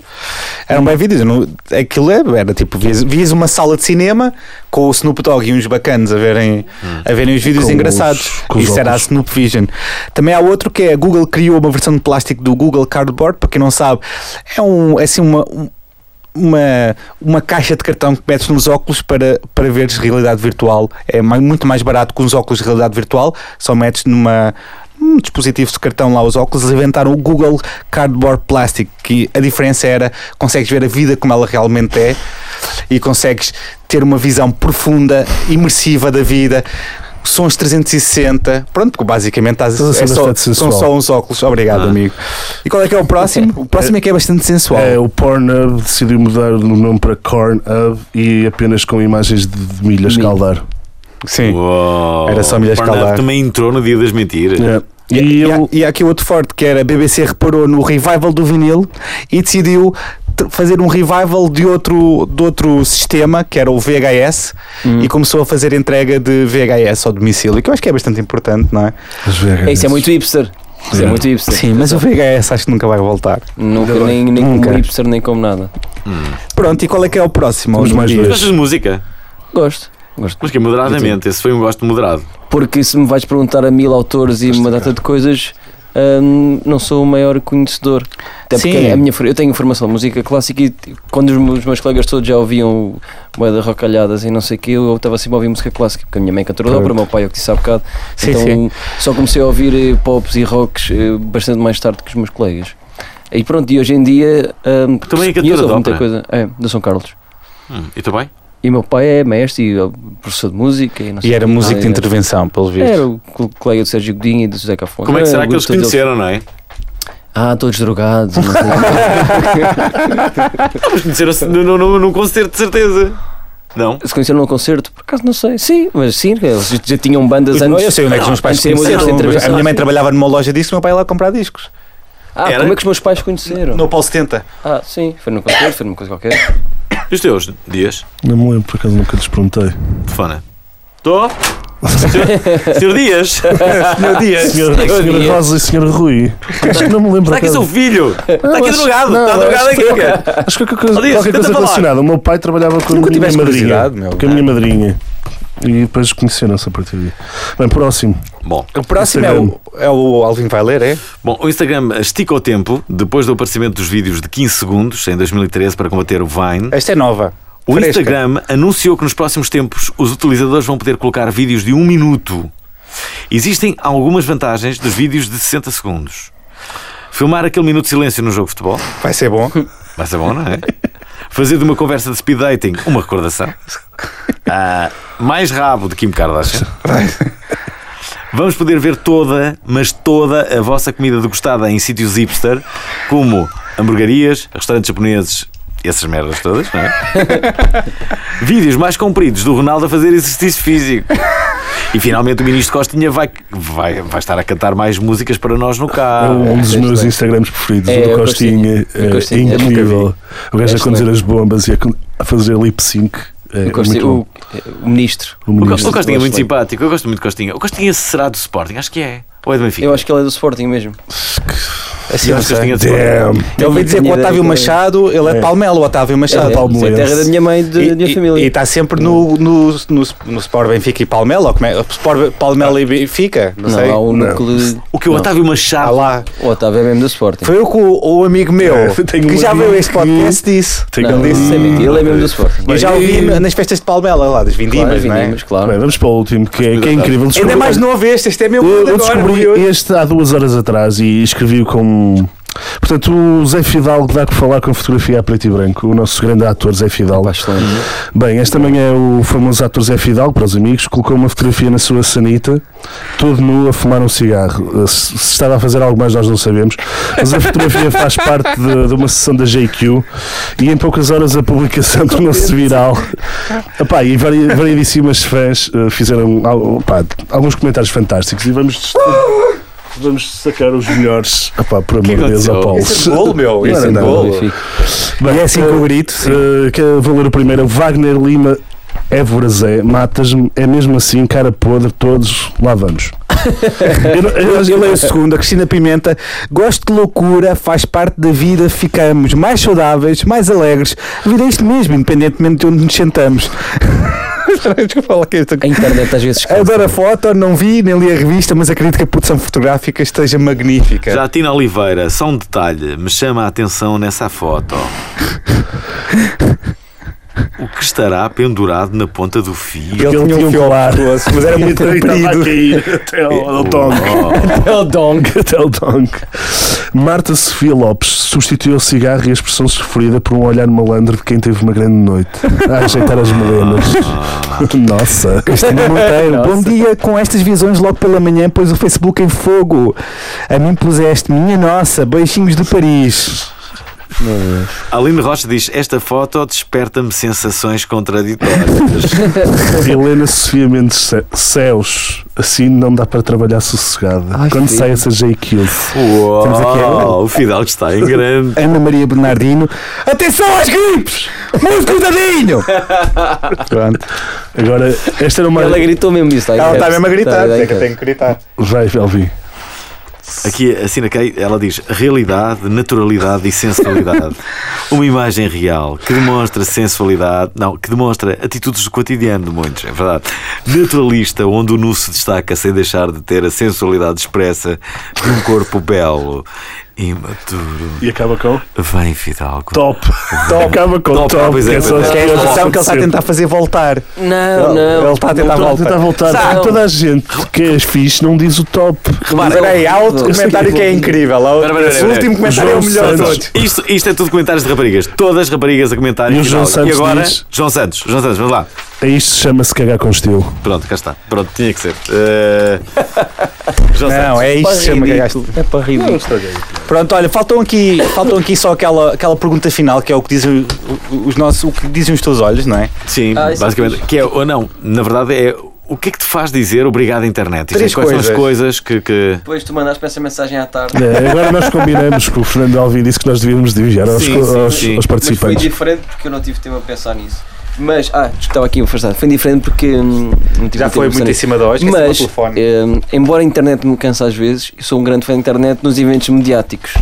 Eram bem vídeos. Não, aquilo era, era tipo, vias, vias uma sala de cinema com o Snoop Dogg e uns bacanos a verem, a verem os vídeos Com os- engraçados. com os Isso era a óculos. Snoop Vision. Também há outro que é a Google criou uma versão de plástico do Google Cardboard, para quem não sabe, é um é assim uma. um- uma, uma caixa de cartão que metes nos óculos para, para veres realidade virtual. É mai- muito mais barato que uns óculos de realidade virtual. Só metes numa, num dispositivo de cartão lá os óculos. Eles inventaram o Google Cardboard Plastic, que a diferença era consegues ver a vida como ela realmente é e consegues ter uma visão profunda, imersiva da vida. Sons 360, pronto, porque basicamente estás- Estás a ser é só- assim bastante são sensual. só uns óculos. Obrigado, Ah. amigo. E qual é que é o próximo? O próximo é que é bastante sensual. É, o Pornhub decidiu mudar o nome para Cornhub e apenas com imagens de, de milho a escaldar. Sim. Uou. Era só milhas O Pornhub escaldar. também entrou no dia das mentiras. É. E, E e há- eu, e há aqui outro forte que era a BBC reparou no revival do vinil e decidiu t- fazer um revival de outro, de outro sistema que era o VHS e começou a fazer entrega de VHS ao domicílio, que eu acho que é bastante importante, não é? As VHS. É, isso é muito hipster. Isso é Yeah. muito hipster. Sim, mas o VHS acho que nunca vai voltar. Nunca, nem, nem Nunca. como hipster, nem como nada. Pronto, e qual é que é o próximo? Temos mais Dias? dois. Gostas de música? Gosto. Música moderadamente. Esse foi um gosto moderado. Porque se me vais perguntar a mil autores e uma data de coisas, hum, não sou o maior conhecedor. Até porque Sim. a minha, for- eu tenho formação de música clássica e t- quando os meus, os meus colegas todos já ouviam moeda rocalhadas e não sei o que, eu estava sempre a ouvir música clássica, porque a minha mãe cantora de Pronto. ópera, o meu pai é o que disse há bocado. Sim, então sim. só comecei a ouvir eh, pops e rocks eh, bastante mais tarde que os meus colegas. E pronto, e hoje em dia. hum, Também é cantora e eles de ouvem muita ópera? coisa. É, do São Carlos. Hum, e tu bem? E meu pai é mestre e ó, professor de música e não sei E era o quê. música de Ah, é. intervenção, pelo visto. Era o co- colega do Sérgio Godinho e do José Cafonte. Como é que será que eles Todos conheceram, não é? Ah, todos drogados. não sei. Eles conheceram-se num, num, num concerto, de certeza. Não? Se conheceram num concerto, por acaso não sei. Sim, mas sim, eles já tinham bandas Não, antes. eu sei onde é que os meus pais antes de serem conheceram. músicos de A intervenção. minha mãe trabalhava numa loja discos e o meu pai ia lá comprar discos. Ah, Era? como é que os meus pais conheceram? No Paulo 70. Ah, sim, foi num concerto, foi numa coisa qualquer. E os teus é dias? Não me lembro, por acaso nunca lhes perguntei. Telefona. Estou? Senhor Dias? É Meu Deus! Senhor, senhora Rosa e senhor Rui. Acho que não me lembro. Está aqui por é seu acaso. filho! Está aqui acho- drogado! não, Está drogado acho que- aqui! cara. Acho que é qualquer coisa, Oh, diz, qualquer tenta coisa falar. relacionada. O meu pai trabalhava com Nunca a minha tiveste madrinha. curiosidade, meu. Com a minha madrinha. E depois conheceram-se a partir daí. Bem, próximo. Bom, O próximo é o, é o Alvin vai ler, é? bom, o Instagram estica o tempo depois do aparecimento dos vídeos de 15 segundos em 2013 para combater o Vine. Esta é nova. O Fresca. Instagram anunciou que nos próximos tempos os utilizadores vão poder colocar vídeos de um minuto. Existem algumas vantagens dos vídeos de 60 segundos. Filmar aquele minuto de silêncio no jogo de futebol, Vai ser bom. vai ser bom, não é? Fazer de uma conversa de speed dating uma recordação. Ah, mais rabo de Kim Kardashian. Vamos poder ver toda, mas toda a vossa comida degustada em sítios hipster, como hamburguerias, restaurantes japoneses, essas merdas todas, não é? Vídeos mais compridos do Ronaldo a fazer exercício físico. E finalmente o ministro Costinha vai, vai, vai estar a cantar mais músicas para nós no Ah, É carro. um dos meus Instagrams preferidos, É, o o do Costinha. Costinha. O É Costinha, eu nunca incrível. O gajo a Excelente. conduzir as bombas e a con- a fazer lip sync. É, O Costi- muito bom. o, o ministro. O O menino. Costa- o Costinha é muito Gosto bem. simpático, eu gosto muito de Costinha. O Costinha será do Sporting, acho que é. Ou é do Benfica? Eu acho que ele é do Sporting mesmo. Assim, Eu não acho que sei. Costinha é do Sporting. Damn. Então Eu ouvi dizer que o Tenho ideia Otávio que- Machado, ele é de É. Palmelo, o Otávio Machado. É, é palmeirense. terra da minha mãe e da E- minha e- família. E tá, está sempre no, no, no, no Sport Benfica e Palmelo, ou como é? Sport Palmelo e Benfica, não, não, sei. há um Não. núcleo. de- O que o Não. Otávio Ah, Machado. lá. O Otávio é mesmo do Sporting. Foi o que o, o amigo meu, É, tenho que um já amigo veio a este que- podcast, disse. Tem Não, que- isso é mentira, ele é mesmo do Sporting. Eu já o vi na- nas festas de Palmela, lá, das Claro, vindimas, não é? Vindimas, claro. Bem, vamos para o último, que é, que é incrível. Ainda é Descobri- mais novo este, este é Eu, meu mundo eu agora. descobri meu. este há duas horas atrás e escrevi com. um- Portanto, o Zé Fidalgo dá que falar com fotografia a preto e branco, o nosso grande ator Zé Fidalgo. Bem, esta manhã o famoso ator Zé Fidalgo, para os amigos, colocou uma fotografia na sua sanita, todo nu a fumar um cigarro. Eh, Se se estava a fazer algo mais, nós não sabemos, mas a fotografia faz parte de, de uma sessão da JQ e em poucas horas a publicação do nosso viral. Epá, e vari- variedíssimas fãs eh, fizeram al- pá, alguns comentários fantásticos e vamos. dest- Vamos sacar os melhores. Epá, por amor de Deus, ao Paulo. Esse é golo, meu. Esse é Não, não, golo. Benfica. Bem, E é assim que eh, eu grito. eh, que eu vou ler o primeiro, é o Wagner Lima é vorazé, matas-me, é mesmo assim, cara podre, todos lá vamos. eu, não- eu- Eu leio o segundo, a Cristina Pimenta. Gosto de loucura, faz parte da vida, ficamos mais saudáveis, mais alegres. A vida é isto mesmo, independentemente de onde nos sentamos. Desculpa lá que é esta A internet às vezes. É cansa. Adoro a foto, não vi nem li a revista, mas acredito que a produção fotográfica esteja magnífica. Já a Tina Oliveira, só um detalhe, me chama a atenção nessa foto. O que estará pendurado na ponta do fio? Ele, tinha um colar, mas era muito E então estava a comprido. cair até ao ao tongue. Oh, É Até ao dong. Até ao dong. Marta Sofia Lopes substituiu o cigarro e a expressão sofrida por um olhar malandro de quem teve uma grande noite. A ajeitar as morenas. Nossa. Cristina Monteiro, Nossa. bom dia com estas visões logo pela manhã, pois o Facebook em fogo. A mim puseste, minha nossa, beijinhos de Paris. oh. Aline Rocha diz: Esta foto desperta-me sensações contraditórias. Helena Sofia Mendes Ce- Céus. Assim não dá para trabalhar sossegada. Ai, Quando filho. sai essa JQ. Temos aqui a- Uau, o Fidalgo está em grande. Ana Maria Bernardino, atenção às gripes! Muito cuidadinho! Pronto, Agora, esta era uma. Ela gritou mesmo isso. ela está mesmo a gritar, Tá, é que eu tenho que gritar. Vai, Elvi. Aqui assina quem? Ela diz realidade, naturalidade e sensualidade. Uma imagem real que demonstra sensualidade, não, que demonstra atitudes do cotidiano de muitos, é verdade. Naturalista, onde o nu se destaca sem deixar de ter a sensualidade expressa de um corpo belo, imaturo. E acaba com? Vem, Fidalgo. Top. top. Acaba com Top, top. pois é, que só pois é. as Que é a expressão coisas que ele está a aconteceram. tentar fazer voltar. Não, não. Ele está a tentar Estou a tentar voltar. voltar. Sabe? porque Toda a gente que é fixe não diz o top. Repara, Espera aí, há outro Eu sei comentário que- que é incrível. há outro- Espera, espera, Esse espera. último comentário é o João melhor de Santos. todos. isto, isto é tudo comentários de raparigas. Todas as raparigas a comentarem. E o João Fidalgo. Santos agora, diz- João Santos, João Santos, vamos lá. A É isto chama-se cagar com estilo. Pronto, cá está. Pronto, tinha que ser. Eh, João Santos. Não, é isso que chama cagaste. É para ridículo. Pronto, olha, faltam aqui, faltam aqui só aquela, aquela pergunta final que é o que dizem os nossos, o que dizem os teus olhos, não é? Sim, Ah, isso é basicamente. que é, ou não, na verdade é o que é que te faz dizer obrigado à internet? Isto é, Três quais são as coisas. coisas que. que- Depois tu mandaste para essa mensagem à tarde. É, agora nós combinamos que o Fernando Alvim disse que nós devíamos dividir aos, Sim, co- sim, aos- sim. aos Mas foi participantes. diferente porque eu não tive tempo a pensar nisso. Mas, ah, desculpa, estava aqui afastado. Foi diferente porque hum, não tive Já tempo foi a pensar muito em nisso. cima da é hora, esqueci o Mas, telefone. hum, embora a internet me canse às vezes, eu sou um grande fã da internet nos eventos mediáticos.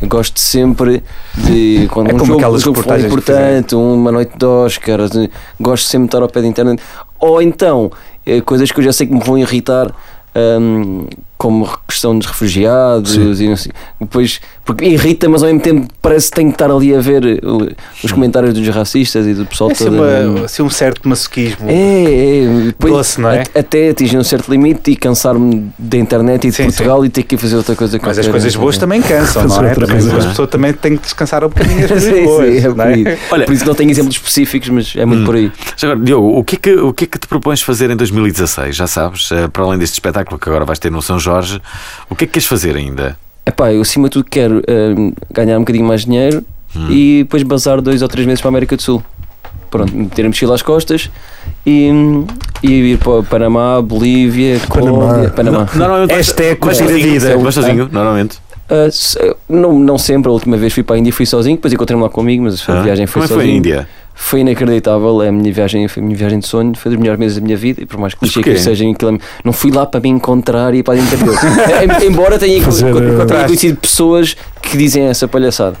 Eu gosto sempre de quando É um como jogo, um aquelas jogo foi reportagens que importante, uma noite de Oscars, eh, gosto sempre de estar ao pé da internet. Ou então, eh, coisas que eu já sei que me vão irritar, hum, como a questão dos refugiados e não sei. Depois, porque irrita, mas ao mesmo tempo parece que tenho que estar ali a ver eh, o- os comentários dos racistas e do pessoal É assim, todo. uma- assim um certo masoquismo. É, é, depois Doce, não é? at- até atingir um certo limite e cansar-me da internet e de Sim, Portugal e ter que ir fazer outra coisa Mas as qualquer. né? coisas boas também cansam, não Fazer é? outra Também, as coisa, não é? pessoas também têm que descansar um bocadinho as Sim, coisas sim, boas, é não por, é? aí. Olha- por isso não tenho exemplos específicos, mas é muito Hum. por aí. Já agora, Diogo, o que, é que, o que é que te propões fazer em 2016? Já sabes, eh, para além deste espetáculo que agora vais ter no São Jorge, o que é que queres fazer ainda? Epá, eu acima de tudo quero hum, ganhar um bocadinho mais dinheiro Hum. e depois bazar dois ou três meses para a América do Sul. Pronto, meter a mochila às costas e, hum, e ir para o Panamá, Bolívia, Colômbia, Panamá. Normalmente vais- Esta é a vais curtida sozinho, vida. Vais sozinho, normalmente. Ah, se- não, não sempre, a última vez fui para a Índia fui sozinho, depois encontrei-me lá comigo, mas a Ah, viagem foi Como é que sozinho. foi a Índia? Foi inacreditável, é a minha viagem, foi a minha viagem de sonho, foi dos melhores meses da minha vida e por mais Mas clichê que porquê? seja, aquilo- não fui lá para me encontrar e ir para a interior. Em- Embora tenha, enco- Fazer, tenha eh, conhecido pessoas que dizem essa palhaçada.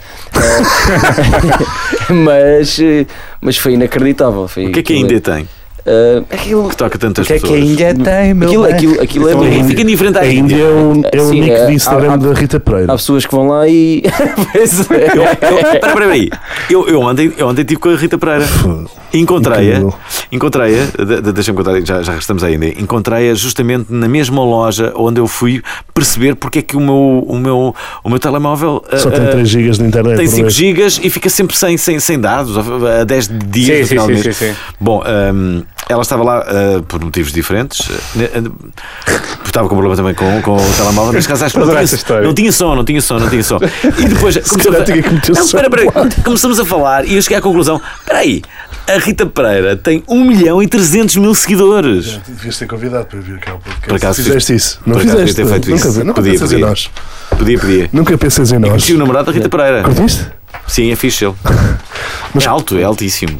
Eh, mas, eh, mas foi inacreditável. Foi O que é que a aquilo- Índia tem? Eh, aquilo, Que toca O tantas que é que a pessoas? Índia tem, meu aquilo, bem? aquilo, aquilo é Então, bom. Índia- Fica diferente à A Índia Índia. é o, é o Sim, nick é, Ah, de Instagram há- há- da Rita Pereira. Há pessoas que vão lá e. Pois é. Eu, eu, espera, espera aí. Eu, eu ontem eu ontem estive com a Rita Pereira. Pô, Encontrei-a. incrível. Encontrei-a, de- de- deixa-me contar, já, já restamos ainda. Encontrei-a justamente na mesma loja onde eu fui perceber porque é que o meu, o meu, o meu telemóvel ah, Só tem ah, 3 gigas de internet. tem É por 5 mês. gigas e fica sempre sem, sem, sem dados, a 10 dias Sim, no final sim, do sim, sim, mês. sim. Bom, hum, ela estava lá ah, por motivos diferentes. Ah, ne- ah, estava com problema também com, com o telemóvel, mas caso acho que não Adoro tinha, essa história. não tinha som, não tinha som, não tinha som. E depois começamos calhar a, tinha que meter Não, som espera, espera, começamos a falar e eu cheguei à conclusão: espera aí, a Rita Pereira tem 1 milhão e 300 mil seguidores. Devias ter convidado para vir cá ao podcast. Por acaso fizeste isso. por Não acaso fizeste. devia ter feito nunca isso. nunca Podia, pensas em podia. nós. Podia, podia. Nunca pensas em E nós. conheci o namorado da Rita Pereira. Curtiste? Sim, é fixe ele. É alto, é altíssimo.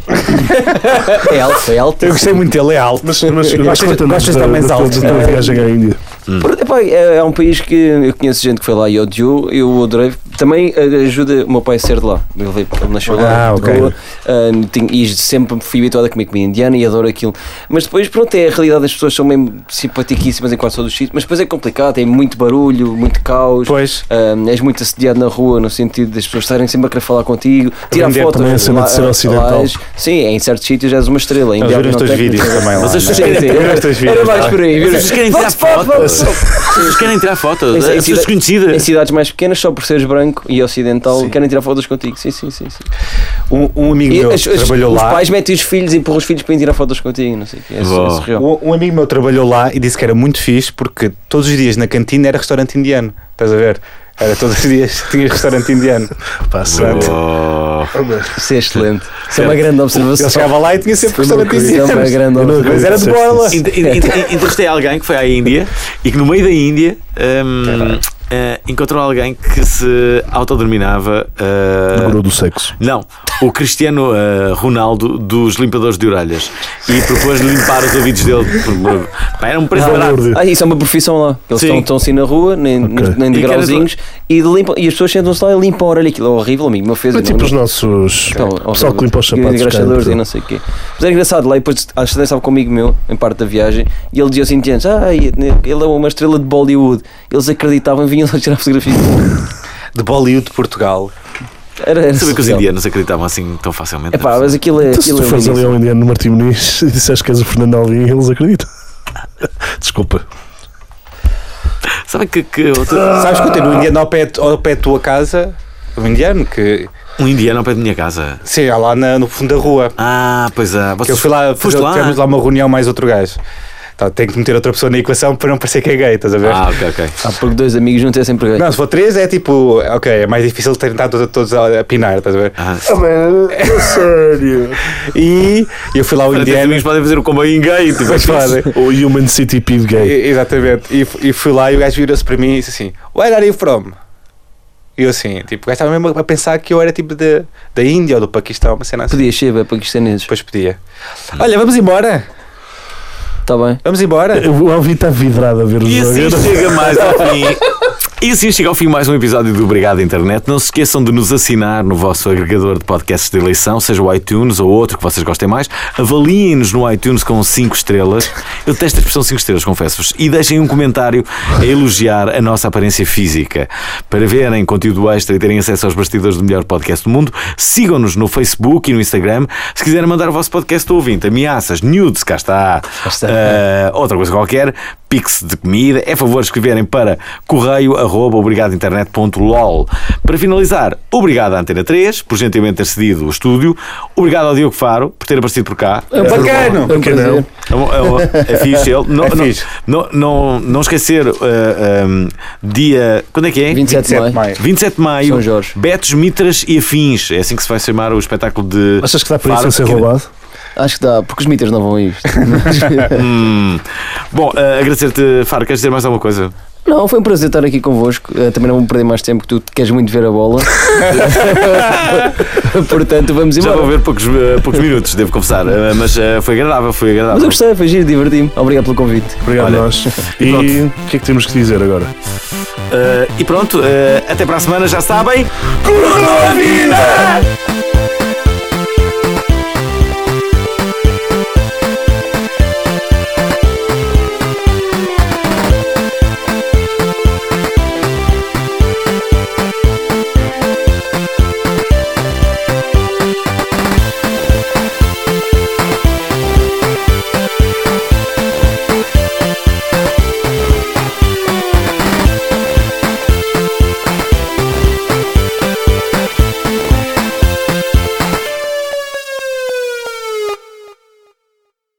É alto, é alto. Eu gostei muito dele, é alto. Mas, mas Gostas- conta-nos gostas de da- homens da- altos? da tua viagem à Índia. Uhum. Por- epá, é, é um país que eu conheço gente que foi lá e odiou, eu adorei. Também eh, ajuda o meu pai a ser de lá. Ele, veio- ele nasceu lá. Ah, ok. de Goa, ah, tinha- e sempre fui habituado a comer comida indiana e adoro aquilo. Mas depois, pronto, é a realidade das pessoas, são mesmo simpaticíssimas em quase todos os sítios. Mas depois é complicado, tem muito barulho, muito caos. Pois. Ahm, és muito assediado na rua, no sentido das pessoas estarem sempre a querer falar contigo, tirar Também é fotos. também a cena de ser lá- ocidental. lá és- sim, em certos sítios és uma estrela. em Eles Indiana viram os não teus tem- vídeos também lá. Mas as não é? pessoas querem Sim, Viram os teus Era vídeos. é? mais por aí. viram- Vocês querem tirar Vamos, vamos, fotos? vamos. Vocês querem tirar fotos? Isso As é- isso é- pessoas Em desconhecidas. cidades mais pequenas, só por seres branco e ocidental, querem tirar fotos contigo. Sim, sim, sim. sim. Um, um amigo E meu as- as- trabalhou os lá. pais metem os filhos e empurram os filhos para irem tirar fotos contigo. Não sei o que. É, Boa. é surreal. Um, um amigo meu trabalhou lá e disse que era muito fixe porque todos os dias na cantina era restaurante indiano. Estás a ver? Era todos os dias tinha restaurante indiano. Passante. Oh. Isso é excelente. Isso é uma grande Ele observação. chegava lá e tinha sempre Isso é uma restaurante coisa- indiano. Isso é uma grande Eu não observação. Mas era de acredito que borla. Inter- inter- inter- Entrevistei alguém que foi à Índia e que no meio da Índia É hum, eh, encontrou alguém que se autodenominava eh, Do guru do sexo. não, o Cristiano eh, Ronaldo dos limpadores de orelhas e propôs limpar os ouvidos dele. por- Pá, era um preço barato. Valor de- Ah, isso é uma profissão lá. Eles Sim. estão, estão assim na rua, nem, Ok. nem E que era degrauzinhos, e, limpam, e as pessoas sentam-se lá e limpam a orelha. Aquilo é horrível, amigo. Meu fez, É tipo não- os nossos. Então, O pessoal que limpa os horrível. sapatos. cá em Engraxadores e Portugal. não sei o quê. Mas era engraçado, lá e depois a Estrela estava com um amigo meu, em parte da viagem, e ele dizia assim: "Gente, ah, ele é uma estrela de Bollywood. Eles acreditavam e vinham lá tirar fotografia. De Bollywood de Portugal. Era, era Saber que os surreal. indianos acreditavam assim tão facilmente. É pá, mas aquilo é. Então, se Aquilo tu é fores ali lindíssimo. ao indiano no Martim Muniz e disseres que és o Fernando Alvim, eles acreditam. Desculpa. Sabe que, que outro- Sabes que eu tenho um indiano ao pé, ao pé da tua casa? Um indiano que. um indiano ao pé da minha casa? Sim, há lá na- no fundo da rua. Ah, pois é. Que eu Vocês fui lá, Foste fazer, lá? tivemos lá uma reunião mais outro gajo. Então, tenho que meter outra pessoa na equação para não parecer que é gay, estás a ver? Ah, ok, ok. Ah, porque dois amigos não têm sempre gay. Não, se for três é tipo, ok, é mais difícil tentar todos, todos a pinar, estás a ver? Ah, sério. E eu fui lá ao Os indiano. amigos podem fazer o combo em gay. Tipo, Pois fazem. Ou Human City P de gay. E- Exatamente. E, fu- e fui lá e o gajo virou-se para mim e disse assim: Where are you from? E eu assim, tipo, o gajo estava mesmo a pensar que eu era tipo da da Índia ou do Paquistão, uma cena assim. Podia ser, é para paquistaneses. Depois podia. Olha, vamos embora! Está Tá bem. Vamos embora! O Alvin está vidrado a ver o E jogo. assim Eu não- chega mais ao fim. E assim chega ao fim mais um episódio do Obrigado Internet. Não se esqueçam de nos assinar no vosso agregador de podcasts de eleição, seja o iTunes ou outro que vocês gostem mais. Avaliem-nos no iTunes com 5 estrelas. Eu testo a expressão 5 estrelas, confesso-vos. E deixem um comentário a elogiar a nossa aparência física. Para verem conteúdo extra e terem acesso aos bastidores do melhor podcast do mundo, sigam-nos no Facebook e no Instagram. Se quiserem mandar o vosso podcast ao ouvinte, ameaças, nudes, cá está. está. Ah, outra coisa qualquer, pix de comida, é favor escreverem para correio arroba obrigadointernet.lol. Para finalizar, obrigado à Antena 3 por gentilmente ter cedido o estúdio, obrigado ao Diogo Faro por ter aparecido por cá. Bacano! Por que não? É, um- é um- é fixe ele. Não, É não- fixe. Não, não, não esquecer, ah, ah, dia. Quando é que é? 27 de 7 de maio. maio. 27 de maio, São Jorge. Betos, Mitras e Afins. É assim que se vai chamar o espetáculo de. Achas que dá para Faro isso a ser Pequena- roubado? Acho que dá, porque os mitas não vão a isto. Hum. Bom, ah, agradecer-te, Faro. Queres dizer mais alguma coisa? Não, foi um prazer estar aqui convosco. Eh, também não vou perder mais tempo, que tu queres muito ver a bola. Portanto, vamos Já embora. vou ver poucos, eh, poucos minutos, devo confessar. Eh, mas eh, foi agradável, foi agradável. Mas eu gostei, foi giro, diverti-me. Obrigado pelo convite. Obrigado Olha, a nós. e E o pronto. que é que temos que dizer agora? Eh, e pronto, eh, até para a semana, já sabem. Corona vida!